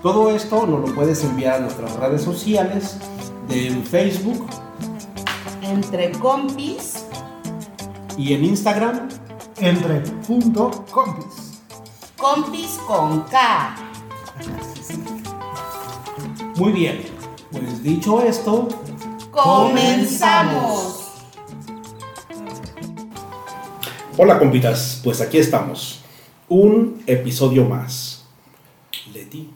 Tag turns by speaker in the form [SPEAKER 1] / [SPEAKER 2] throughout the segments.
[SPEAKER 1] Todo esto nos lo puedes enviar a nuestras redes sociales de en Facebook
[SPEAKER 2] Entre compis.
[SPEAKER 1] y en Instagram
[SPEAKER 3] Entre punto compis.
[SPEAKER 2] Compis con K.
[SPEAKER 1] Muy bien, pues dicho esto,
[SPEAKER 2] ¡Comenzamos!
[SPEAKER 1] Hola compitas, pues aquí estamos. Un episodio más. Leti.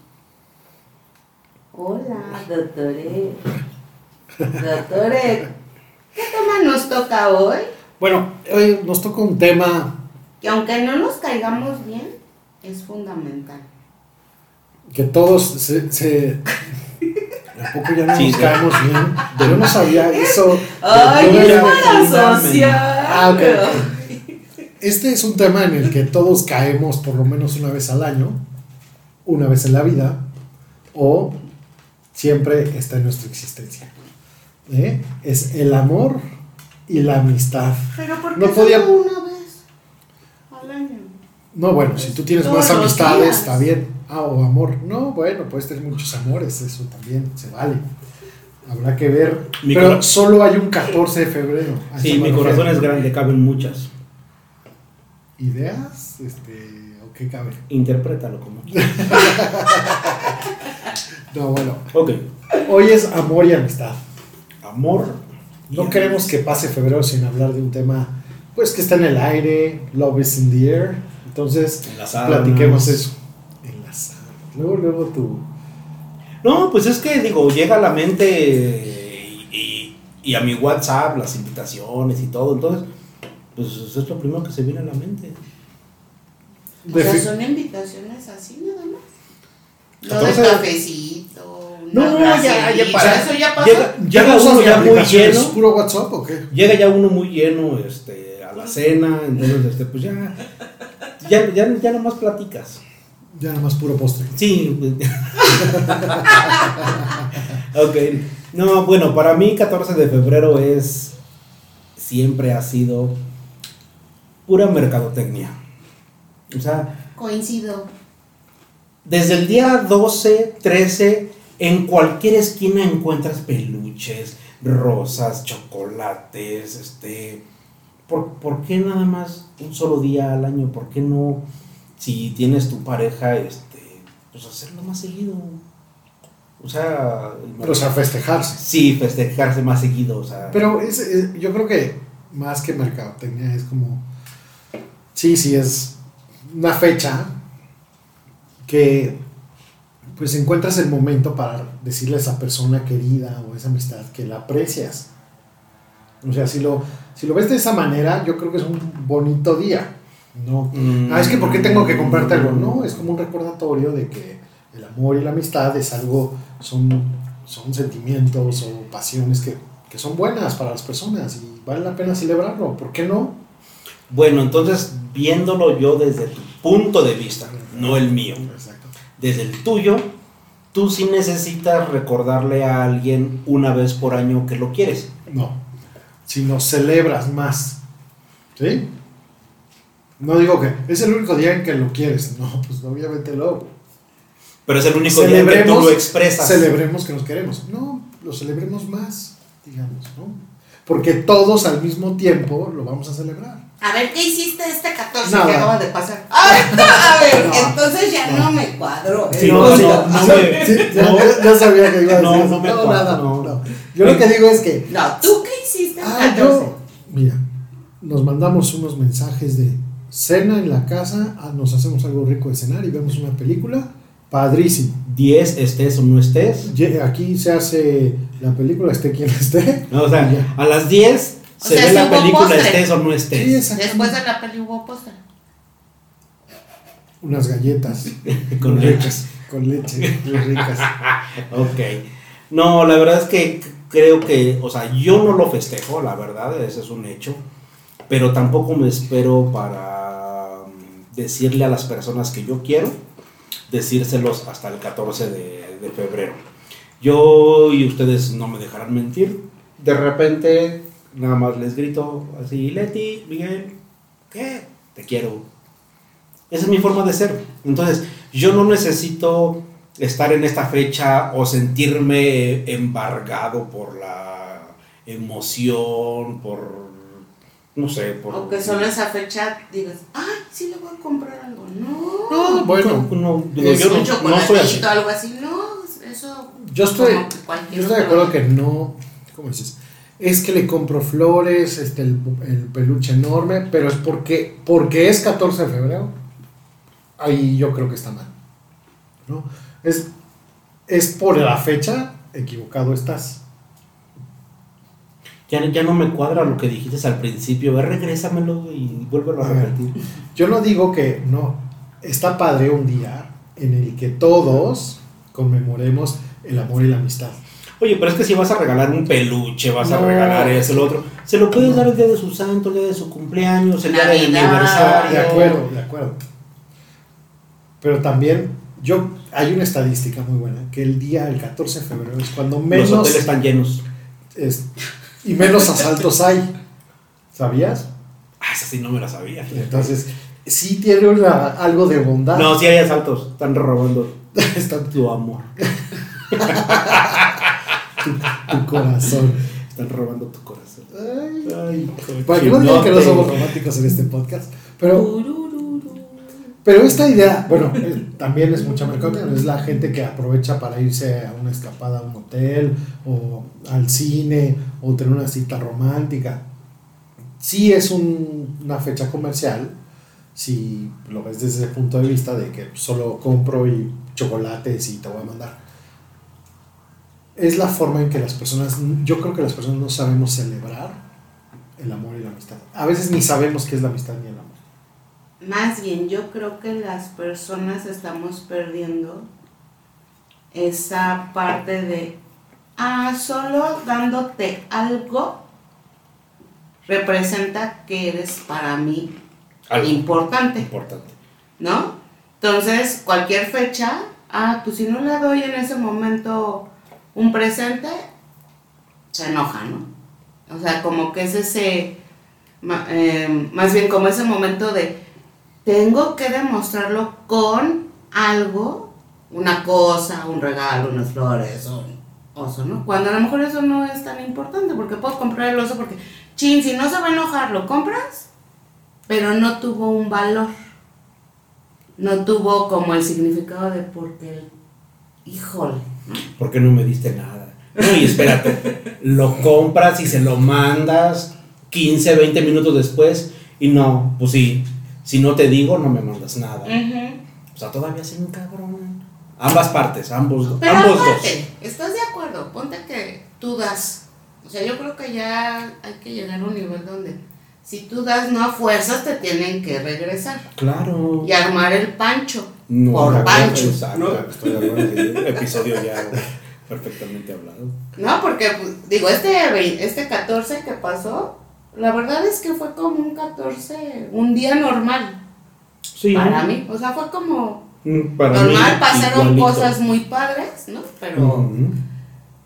[SPEAKER 2] Hola, doctores. Doctores, ¿qué tema nos toca hoy?
[SPEAKER 4] Bueno, hoy nos toca un tema
[SPEAKER 2] Que aunque no nos caigamos bien, es fundamental.
[SPEAKER 4] que todos se... se ¿A poco ya no
[SPEAKER 1] Sí,
[SPEAKER 4] nos
[SPEAKER 1] sí.
[SPEAKER 4] caemos bien? Yo no sabía eso.
[SPEAKER 2] ¡Ay,
[SPEAKER 4] Yo no
[SPEAKER 2] es
[SPEAKER 4] era-
[SPEAKER 2] para
[SPEAKER 1] fundamental.
[SPEAKER 2] social!
[SPEAKER 4] Ah, ok. Este es un tema en el que todos caemos por lo menos una vez al año, una vez en la vida, o siempre está en nuestra existencia. ¿Eh? Es el amor y la amistad.
[SPEAKER 2] Pero ¿por qué
[SPEAKER 4] No podía-
[SPEAKER 2] solo una vez al año?
[SPEAKER 4] No, bueno, si tú tienes
[SPEAKER 2] Todos
[SPEAKER 4] más
[SPEAKER 2] los
[SPEAKER 4] amistades,
[SPEAKER 2] días.
[SPEAKER 4] está bien. Ah, o amor. No, bueno, puedes tener muchos amores, eso también se vale. Habrá que ver.
[SPEAKER 1] Mi cora-
[SPEAKER 4] Pero solo hay un 14 de febrero. A
[SPEAKER 1] Sí,
[SPEAKER 4] eso me
[SPEAKER 1] mi corazón
[SPEAKER 4] refiero.
[SPEAKER 1] es grande, caben muchas.
[SPEAKER 4] ¿Ideas? Este, ¿O qué cabe?
[SPEAKER 1] Interprétalo como. quieras.
[SPEAKER 4] No, bueno.
[SPEAKER 1] Ok.
[SPEAKER 4] Hoy es amor y amistad.
[SPEAKER 1] Amor. y
[SPEAKER 4] No
[SPEAKER 1] amor.
[SPEAKER 4] queremos que pase febrero sin hablar de un tema, pues que está en el aire. Love is in the air. Entonces,
[SPEAKER 1] En las sábanas.
[SPEAKER 4] platiquemos eso. En la sala. Luego, luego tú.
[SPEAKER 1] No, pues es que digo, llega a la mente y, y- y a mi WhatsApp las invitaciones y todo. Entonces, pues es lo primero que se viene a la mente.
[SPEAKER 2] O sea,
[SPEAKER 4] Defi-
[SPEAKER 2] son invitaciones así nada más. No de
[SPEAKER 1] Entonces-
[SPEAKER 2] cafecito.
[SPEAKER 1] No,
[SPEAKER 2] una
[SPEAKER 1] ya, ya
[SPEAKER 2] bracerita,
[SPEAKER 1] para-
[SPEAKER 2] Eso ya pasó.
[SPEAKER 1] Llega, llega
[SPEAKER 4] usas
[SPEAKER 1] uno
[SPEAKER 4] ni
[SPEAKER 1] ya muy
[SPEAKER 4] aplicaciones,
[SPEAKER 1] lleno.
[SPEAKER 4] ¿Puro WhatsApp o qué?
[SPEAKER 1] Llega ya uno muy lleno este, a la cena, entonces este, pues ya, ya, ya, ya nomás platicas.
[SPEAKER 4] Ya nada más puro postre.
[SPEAKER 1] Sí. ok. No, bueno, para mí 14 de febrero es, siempre ha sido pura mercadotecnia. O sea,
[SPEAKER 2] Coincido.
[SPEAKER 1] desde el día 12, 13, en cualquier esquina encuentras peluches, rosas, chocolates, este... ¿Por, por qué nada más un solo día al año? ¿Por qué no, si tienes tu pareja, este, pues hacerlo más seguido? O sea... el
[SPEAKER 4] Pero, o sea, festejarse.
[SPEAKER 1] sí, festejarse más seguido, o sea...
[SPEAKER 4] Pero es, es- yo creo que más que mercadotecnia es como. Sí, sí, es una fecha que pues encuentras el momento para decirle a esa persona querida o esa amistad que la aprecias. O sea, si lo, si lo ves de esa manera, yo creo que es un bonito día. No
[SPEAKER 1] Mm.
[SPEAKER 4] Ah, es que ¿por qué tengo que comprarte algo? No, es como un recordatorio de que el amor y la amistad es algo, son, son sentimientos o pasiones que, que son buenas para las personas y vale la pena celebrarlo. ¿Por qué no?
[SPEAKER 1] Bueno, entonces, viéndolo yo desde tu punto de vista, no el mío.
[SPEAKER 4] Exacto.
[SPEAKER 1] desde el tuyo, tú sí necesitas recordarle a alguien una vez por año que lo quieres.
[SPEAKER 4] No, si lo celebras más. ¿Sí? No digo que es el único día en que lo quieres. No, pues obviamente lo.
[SPEAKER 1] Pero es el único día en que tú
[SPEAKER 4] Celebremos-
[SPEAKER 1] lo expresas.
[SPEAKER 4] Celebremos que nos queremos. No, lo celebremos más, digamos, ¿no? Porque todos al mismo tiempo lo vamos a celebrar.
[SPEAKER 2] A ver, ¿qué hiciste este 14 que
[SPEAKER 4] Nada.
[SPEAKER 2] acaba de pasar? Ah, a ver,
[SPEAKER 4] No.
[SPEAKER 2] entonces ya no, me cuadro.
[SPEAKER 5] Sí,
[SPEAKER 4] no,
[SPEAKER 5] no,
[SPEAKER 4] sí,
[SPEAKER 5] no,
[SPEAKER 4] sí,
[SPEAKER 5] no me-
[SPEAKER 4] sí, ya-
[SPEAKER 5] no.
[SPEAKER 4] ya- ya sabía que iba a decir
[SPEAKER 5] No,
[SPEAKER 4] eso.
[SPEAKER 5] no me
[SPEAKER 4] No,
[SPEAKER 5] acuerdo.
[SPEAKER 4] nada, no, no. Yo lo que digo es que
[SPEAKER 2] No, ¿tú qué hiciste el
[SPEAKER 4] Ah,
[SPEAKER 2] 14?
[SPEAKER 4] yo. Mira, nos mandamos unos mensajes de cena en la casa, ah, nos hacemos algo rico de cenar y vemos una película. Padrísimo.
[SPEAKER 5] 10 estés o no estés.
[SPEAKER 4] Ye- Aquí se hace la película, esté quien esté.
[SPEAKER 5] No, o sea,
[SPEAKER 4] Ya.
[SPEAKER 5] a las 10
[SPEAKER 2] O
[SPEAKER 5] se
[SPEAKER 2] sea,
[SPEAKER 5] ve
[SPEAKER 2] sí
[SPEAKER 5] la
[SPEAKER 2] hubo
[SPEAKER 5] película
[SPEAKER 2] postre.
[SPEAKER 5] estés o no
[SPEAKER 4] Sí,
[SPEAKER 5] estés.
[SPEAKER 4] exacto.
[SPEAKER 2] Después de la peli hubo postre.
[SPEAKER 4] Unas galletas.
[SPEAKER 5] Con leche.
[SPEAKER 4] ricas, Con leche. muy ricas.
[SPEAKER 5] Ok. No, la verdad es que c- creo que, o sea, yo no lo festejo, la verdad, ese es un hecho. Pero tampoco me espero para mm, decirle a las personas que yo quiero, decírselos hasta el 14 de, de febrero. Yo y ustedes no me dejarán mentir. De repente, nada más les grito así, Leti, Miguel, ¿qué? Te quiero. Esa es mi forma de ser. Entonces, yo no necesito estar en esta fecha o sentirme embargado por la emoción, por, no sé, por...
[SPEAKER 2] O que solo esa fecha digas, ay, sí le voy a comprar algo. No,
[SPEAKER 5] No, bueno, no, digo,
[SPEAKER 4] es
[SPEAKER 5] yo
[SPEAKER 2] un
[SPEAKER 5] no, no soy así.
[SPEAKER 2] chocolatito, algo así. No, eso.
[SPEAKER 4] Yo estoy,
[SPEAKER 2] como que cualquier
[SPEAKER 4] yo estoy de
[SPEAKER 2] otro-
[SPEAKER 4] acuerdo que no. ¿Cómo dices? Es que le compro flores, este, el, el peluche enorme, pero es porque, porque es 14 de febrero. Ahí yo creo que está mal. ¿no? Es, es por la fecha, equivocado estás.
[SPEAKER 5] Ya, ya no me cuadra lo que dijiste al principio. A ver, regrésamelo y vuélvelo a
[SPEAKER 4] A ver.
[SPEAKER 5] repetir.
[SPEAKER 4] Yo no digo que no. Está padre un día en el que todos conmemoremos el amor y la amistad.
[SPEAKER 5] Oye, pero es que si vas a regalar un peluche, vas a
[SPEAKER 4] No.
[SPEAKER 5] regalar eso, lo otro, se lo puedes dar el día de su santo, el día de su cumpleaños, el día del
[SPEAKER 2] Navidad.
[SPEAKER 5] aniversario.
[SPEAKER 4] De acuerdo, de acuerdo. Pero también, yo, hay una estadística muy buena, que el día del 14 de febrero es cuando
[SPEAKER 5] Los
[SPEAKER 4] menos
[SPEAKER 5] hoteles están llenos.
[SPEAKER 4] es- y menos asaltos hay. ¿Sabías?
[SPEAKER 5] Ah, esa sí no me la sabía.
[SPEAKER 4] Entonces, ah. sí tiene una- algo de bondad.
[SPEAKER 5] No, sí hay asaltos. Están robando
[SPEAKER 4] Está tu,
[SPEAKER 5] tu amor.
[SPEAKER 4] tu corazón.
[SPEAKER 5] Están robando tu corazón.
[SPEAKER 4] Ay.
[SPEAKER 5] Ay, cochinote.
[SPEAKER 4] Para que no digan que no somos románticos en este podcast. Pero, pero esta idea, bueno, eh, también es mucha mercadotecnia. Es la gente que aprovecha para irse a una escapada a un hotel, o al cine, o tener una cita romántica. Sí es un- una fecha comercial, si lo ves desde el punto de vista de que solo compro y chocolates y te voy a mandar. Es la forma en que las personas, yo creo que las personas no sabemos celebrar el amor y la amistad. A veces ni sabemos qué es la amistad ni el amor.
[SPEAKER 2] Más bien, yo creo que las personas estamos perdiendo esa parte de, ah, solo dándote algo representa que eres para mí
[SPEAKER 5] Algo
[SPEAKER 2] importante,
[SPEAKER 5] importante.
[SPEAKER 2] ¿no? Entonces, cualquier fecha, ah, pues si no le doy en ese momento un presente, se enoja, ¿no? O sea, como que es ese, ma- eh, más bien como ese momento de, tengo que demostrarlo con algo, una cosa, un regalo, unas flores, un oso, ¿no? Cuando a lo mejor eso no es tan importante, porque puedo comprar el oso porque, chin, si no se va a enojar, lo compras, pero no tuvo un valor. No tuvo como el significado de porque el, híjole, ¿no?
[SPEAKER 5] ¿Por qué no me diste nada? No, y espérate. lo compras y se lo mandas 15, 20 minutos después. Y no, pues sí. Si no te digo, no me mandas nada.
[SPEAKER 2] Mm.
[SPEAKER 5] O sea, todavía soy un cabrón. Ambas partes, ambos,
[SPEAKER 2] Pero
[SPEAKER 5] ambos dos.
[SPEAKER 2] aparte, ¿estás de acuerdo? Ponte que tú das. O sea, yo creo que ya hay que llegar a un nivel donde si tú das no a fuerzas te tienen que regresar
[SPEAKER 5] Claro.
[SPEAKER 2] y armar el pancho.
[SPEAKER 5] No,
[SPEAKER 2] Por
[SPEAKER 5] de acuerdo,
[SPEAKER 2] Pancho.
[SPEAKER 5] Exacto. Estoy de acuerdo, sí. Episodio ya perfectamente hablado.
[SPEAKER 2] No, porque pues, digo, este, ve- este 14 que pasó, la verdad es que fue como un 14, un día normal
[SPEAKER 5] Sí.
[SPEAKER 2] para mí. O sea, fue como
[SPEAKER 5] Mm, Para
[SPEAKER 2] normal, pasaron
[SPEAKER 5] igualito.
[SPEAKER 2] cosas muy padres, ¿no? Pero...
[SPEAKER 5] Ujú.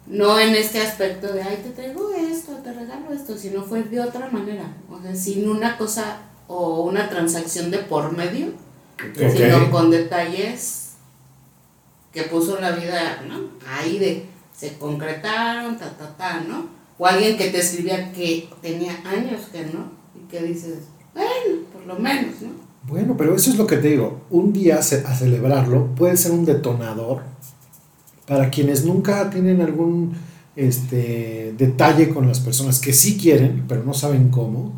[SPEAKER 2] No en este aspecto de, ay, te traigo esto, te regalo esto, sino fue de otra manera. O sea, sin una cosa o una transacción de por medio,
[SPEAKER 5] Ok.
[SPEAKER 2] sino con detalles que puso la vida, ¿no? Ahí de, se concretaron, ta, ta, ta, ¿no? O alguien que te escribía que tenía años que no, y que dices, eh, por lo menos, ¿no?
[SPEAKER 4] Bueno, pero eso es lo que te digo. Un día ce- a celebrarlo puede ser un detonador para quienes nunca tienen algún este, detalle con las personas que sí quieren, pero no saben cómo,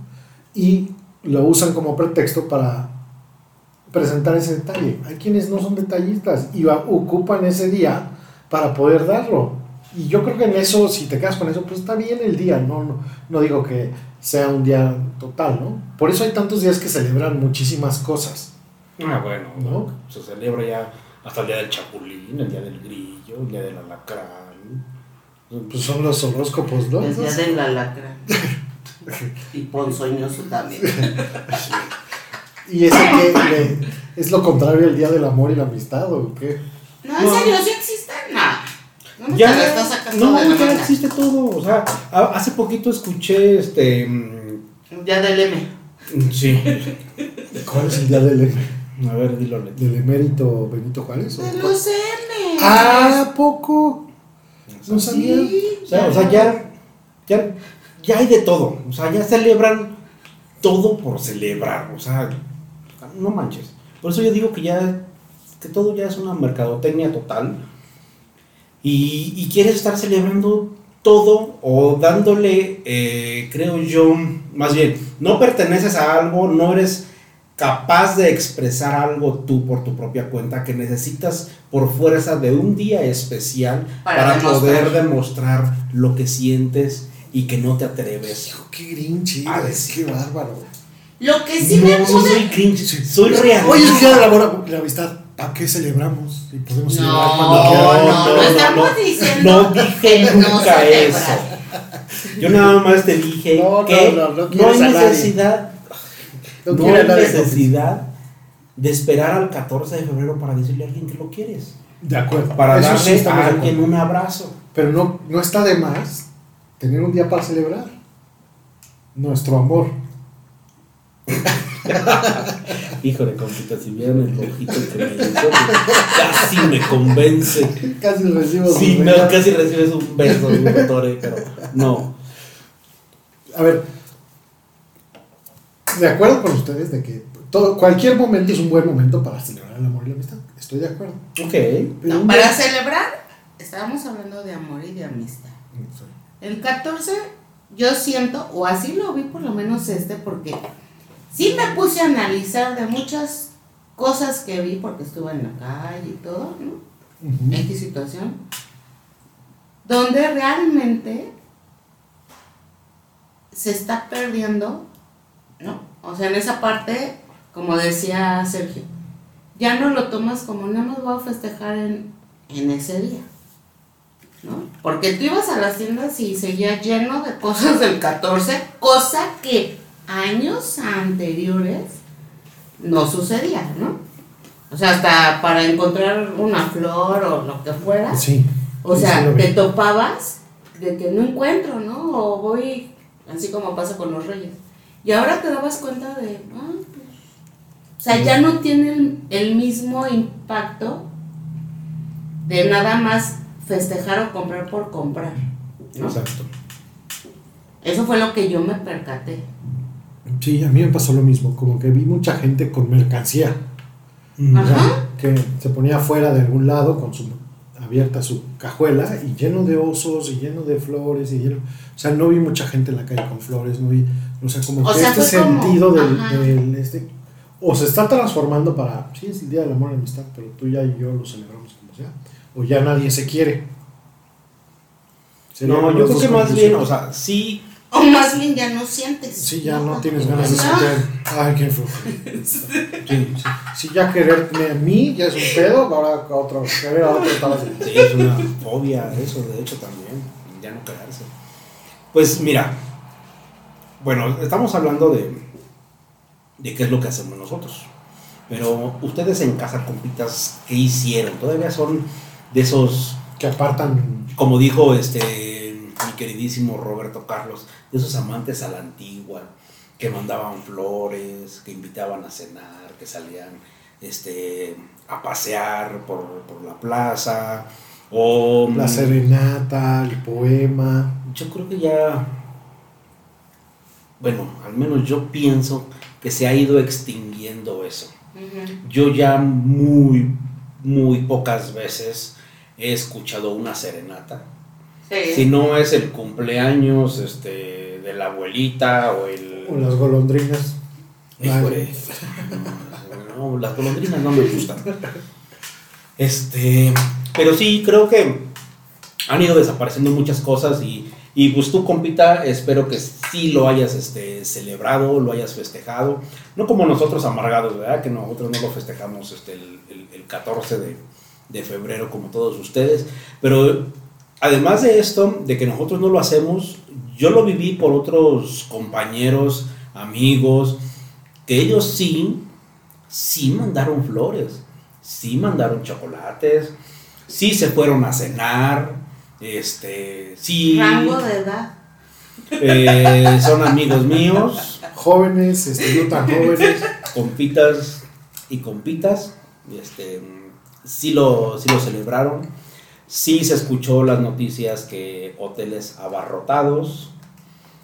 [SPEAKER 4] y lo usan como pretexto para presentar ese detalle. Hay quienes no son detallistas y va- ocupan ese día para poder darlo. Y yo creo que en eso, si te quedas con eso, pues está bien el día, no, no, no digo que sea un día total, ¿no? Por eso hay tantos días que celebran muchísimas cosas.
[SPEAKER 5] Ah, bueno,
[SPEAKER 4] ¿No?
[SPEAKER 5] se celebra ya hasta el día del chapulín, el día del grillo, el día del alacrán.
[SPEAKER 4] Pues son los horóscopos, ¿no?
[SPEAKER 2] El día del alacrán. y ponzoñoso también.
[SPEAKER 4] Y ese que le- es lo contrario al día del amor y la amistad, ¿o qué?
[SPEAKER 2] No, en
[SPEAKER 5] No.
[SPEAKER 2] serio, sí existe. No. No me
[SPEAKER 5] Ya,
[SPEAKER 2] te la estás sacando
[SPEAKER 5] no,
[SPEAKER 2] de la
[SPEAKER 5] ya
[SPEAKER 2] manga.
[SPEAKER 5] existe todo. O sea, a- hace poquito escuché este. mm,
[SPEAKER 2] Ya del M.
[SPEAKER 5] Sí,
[SPEAKER 4] ¿Cuál es el día del,
[SPEAKER 5] a ver, dilo, Leti.
[SPEAKER 4] del emérito Benito Juárez? o?
[SPEAKER 2] De los M.
[SPEAKER 4] ¡Ah, ¿a poco! No sabía.
[SPEAKER 2] Sí,
[SPEAKER 5] O sea, o sea, ya, ya, ya hay de todo. O sea, ya celebran todo por celebrar. O sea, no manches. Por eso yo digo que ya, que todo ya es una mercadotecnia total. Y, y quieres estar celebrando todo o dándole, eh, creo yo, más bien, no perteneces a algo, no eres capaz de expresar algo tú por tu propia cuenta que necesitas por fuerza de un día especial
[SPEAKER 2] Para
[SPEAKER 5] para,
[SPEAKER 2] demostrar.
[SPEAKER 5] poder demostrar lo que sientes y que no te atreves.
[SPEAKER 4] Hijo, qué grinch,
[SPEAKER 5] Ah,
[SPEAKER 4] eres, qué bárbaro.
[SPEAKER 2] Lo que sí me
[SPEAKER 5] no,
[SPEAKER 2] pude.
[SPEAKER 5] soy cringe, soy real.
[SPEAKER 4] Hoy es el día del amor y la amistad. ¿Para qué celebramos? Y
[SPEAKER 2] No,
[SPEAKER 4] podemos celebrar cuando
[SPEAKER 2] no,
[SPEAKER 4] queramos.
[SPEAKER 2] no,
[SPEAKER 5] no,
[SPEAKER 2] estamos
[SPEAKER 5] no.
[SPEAKER 2] diciendo.
[SPEAKER 5] No dije
[SPEAKER 2] que no
[SPEAKER 5] nunca
[SPEAKER 2] se
[SPEAKER 5] eso.
[SPEAKER 2] celebra.
[SPEAKER 5] Yo nada más te dije
[SPEAKER 4] No, no,
[SPEAKER 5] que
[SPEAKER 4] no, no
[SPEAKER 5] no,
[SPEAKER 4] quieres
[SPEAKER 5] hay
[SPEAKER 4] a nadie.
[SPEAKER 5] necesidad, no,
[SPEAKER 4] No quiere
[SPEAKER 5] hay
[SPEAKER 4] hablar de
[SPEAKER 5] necesidad de esperar al 14 de febrero para decirle a alguien que lo quieres.
[SPEAKER 4] De acuerdo.
[SPEAKER 5] Para
[SPEAKER 4] Eso sí
[SPEAKER 5] darle
[SPEAKER 4] estamos
[SPEAKER 5] a
[SPEAKER 4] de
[SPEAKER 5] alguien
[SPEAKER 4] acuerdo.
[SPEAKER 5] un abrazo.
[SPEAKER 4] Pero no, no está de más tener un día para celebrar nuestro amor.
[SPEAKER 5] Híjole, compita, si vieran el ojito que me hizo, pues, casi me convence.
[SPEAKER 4] Casi recibo su
[SPEAKER 5] Sí, no,
[SPEAKER 4] regalo.
[SPEAKER 5] casi recibes un beso de un doctor, eh, pero no.
[SPEAKER 4] A ver, de acuerdo con ustedes de que todo, cualquier momento es un buen momento para celebrar el amor y la amistad. Estoy de acuerdo.
[SPEAKER 5] Ok.
[SPEAKER 4] Pero
[SPEAKER 2] No,
[SPEAKER 4] un
[SPEAKER 2] para
[SPEAKER 4] día-
[SPEAKER 2] celebrar, estábamos hablando de amor y de amistad. El 14, yo siento, o así lo vi por lo menos este, porque sí me puse a analizar de muchas cosas que vi, porque estuve en la calle y todo, ¿no?
[SPEAKER 4] Ujú.
[SPEAKER 2] X situación. Donde realmente se está perdiendo, ¿no? O sea, en esa parte, como decía Sergio, ya no lo tomas como nada más voy a festejar en, en ese día. ¿no? Porque tú ibas a las tiendas y seguía lleno de cosas del 14, cosa que años anteriores no sucedía, ¿no? O sea, hasta para encontrar una flor o lo que fuera,
[SPEAKER 4] Sí.
[SPEAKER 2] o
[SPEAKER 4] sí,
[SPEAKER 2] sea,
[SPEAKER 4] sí lo vi.
[SPEAKER 2] te topabas de que no encuentro, ¿no? O voy así como pasa con los reyes. Y ahora te dabas cuenta de, ah, pues, o sea, ya no tiene el, el mismo impacto de nada más festejar o comprar por comprar. ¿no?
[SPEAKER 5] Exacto.
[SPEAKER 2] Eso fue lo que yo me percaté.
[SPEAKER 4] Sí, a mí me pasó lo mismo. Como que vi mucha gente con mercancía.
[SPEAKER 5] Mm.
[SPEAKER 4] O sea,
[SPEAKER 2] Ajá.
[SPEAKER 4] que se ponía afuera de algún lado con su abierta su cajuela y lleno de osos y lleno de flores y lleno o sea no vi mucha gente en la calle con flores no vi o sea como
[SPEAKER 2] O
[SPEAKER 4] que
[SPEAKER 2] sea,
[SPEAKER 4] este
[SPEAKER 2] fue como-
[SPEAKER 4] sentido del,
[SPEAKER 2] ajá.
[SPEAKER 4] del, este o se está transformando para sí es el día del amor y la amistad pero tú ya y yo lo celebramos como sea o ya nadie se quiere Serían
[SPEAKER 5] No,
[SPEAKER 4] las
[SPEAKER 5] yo creo
[SPEAKER 4] dos
[SPEAKER 5] que más bien, o
[SPEAKER 4] conclusiones.
[SPEAKER 5] sea, sí,
[SPEAKER 2] O más bien ya no sientes.
[SPEAKER 4] si ya no tienes ganas de
[SPEAKER 2] Ah,
[SPEAKER 4] sentir ay qué flojo
[SPEAKER 5] sí, sí,
[SPEAKER 4] si ya quererme a mí ya es un pedo ahora a otro querer a otro estabas en-
[SPEAKER 5] Sí, es una fobia eso, de hecho, también. Ya no quedarse. Pues mira, bueno, estamos hablando de, de qué es lo que hacemos nosotros. Pero ustedes en casa, compitas, ¿qué hicieron? Todavía son de esos,
[SPEAKER 4] que apartan
[SPEAKER 5] como dijo este mi queridísimo Roberto Carlos, de esos amantes a la antigua, que mandaban flores, que invitaban a cenar, que salían este, a pasear por, por la plaza, o mm,
[SPEAKER 4] la serenata, el poema.
[SPEAKER 5] yo creo que ya bueno, al menos yo pienso que se ha ido extinguiendo eso.
[SPEAKER 2] Ujú.
[SPEAKER 5] Yo ya muy, muy pocas veces he escuchado una serenata.
[SPEAKER 2] Sí.
[SPEAKER 5] Si no es el cumpleaños este, de la abuelita o el...
[SPEAKER 4] O las golondrinas.
[SPEAKER 5] Híjole, no, no, las golondrinas no me gustan. Este, pero sí, creo que han ido desapareciendo muchas cosas y, y pues tú, compita, espero que sí lo hayas este, celebrado, lo hayas festejado. No como nosotros amargados, ¿verdad? Que nosotros no lo festejamos este, el, el- el 14 de, de febrero como todos ustedes. Pero además de esto, de que nosotros no lo hacemos, yo lo viví por otros compañeros, amigos, que ellos sí, sí mandaron flores, sí mandaron chocolates, sí se fueron a cenar, este, sí,
[SPEAKER 2] Rango de edad.
[SPEAKER 5] eh, son amigos míos,
[SPEAKER 4] Jóvenes, este, no tan jóvenes.
[SPEAKER 5] compitas y compitas, este, sí lo, sí lo celebraron, sí se escuchó las noticias que hoteles abarrotados,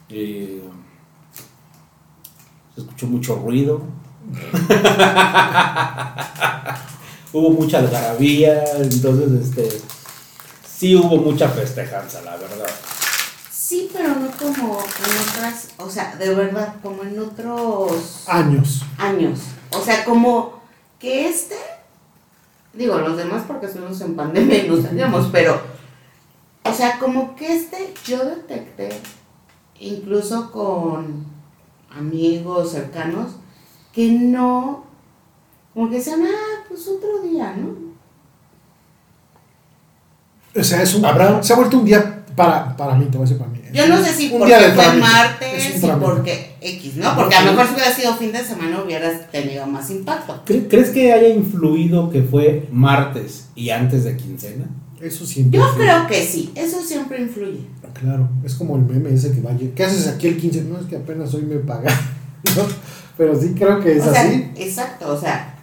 [SPEAKER 5] eh, se escuchó mucho ruido, hubo mucha algarabía, entonces este, sí hubo mucha festejanza, la verdad.
[SPEAKER 2] Sí, pero no como en otras, o sea, de verdad, como en otros
[SPEAKER 4] Años.
[SPEAKER 2] años. O sea, como que este, digo, los demás porque estuvimos en pandemia y nos salíamos, pero, o sea, como que este yo detecté, incluso con amigos cercanos, que no, como que decían, ah, pues otro día, ¿no?
[SPEAKER 4] O sea, es un,
[SPEAKER 5] Habrá-
[SPEAKER 4] se ha vuelto un día para, para mí, te voy a decir para mí.
[SPEAKER 2] Yo no sé si
[SPEAKER 4] Un
[SPEAKER 2] porque
[SPEAKER 4] día de
[SPEAKER 2] fue
[SPEAKER 4] trámite. Es
[SPEAKER 2] martes
[SPEAKER 4] un
[SPEAKER 2] y
[SPEAKER 4] trámite.
[SPEAKER 2] porque X, ¿no? Porque a lo mejor si hubiera sido fin de semana hubieras tenido más impacto.
[SPEAKER 5] ¿Cre- ¿Crees que haya influido que fue martes y antes de quincena?
[SPEAKER 4] Eso siempre.
[SPEAKER 2] Yo
[SPEAKER 4] fue.
[SPEAKER 2] creo que sí, eso siempre influye.
[SPEAKER 4] Ah, Claro, es como el meme ese que va a llegar. ¿Qué haces aquí el 15? No, es que apenas hoy me pagan. ¿no? Pero sí creo que es
[SPEAKER 2] o sea,
[SPEAKER 4] así.
[SPEAKER 2] Exacto, o sea,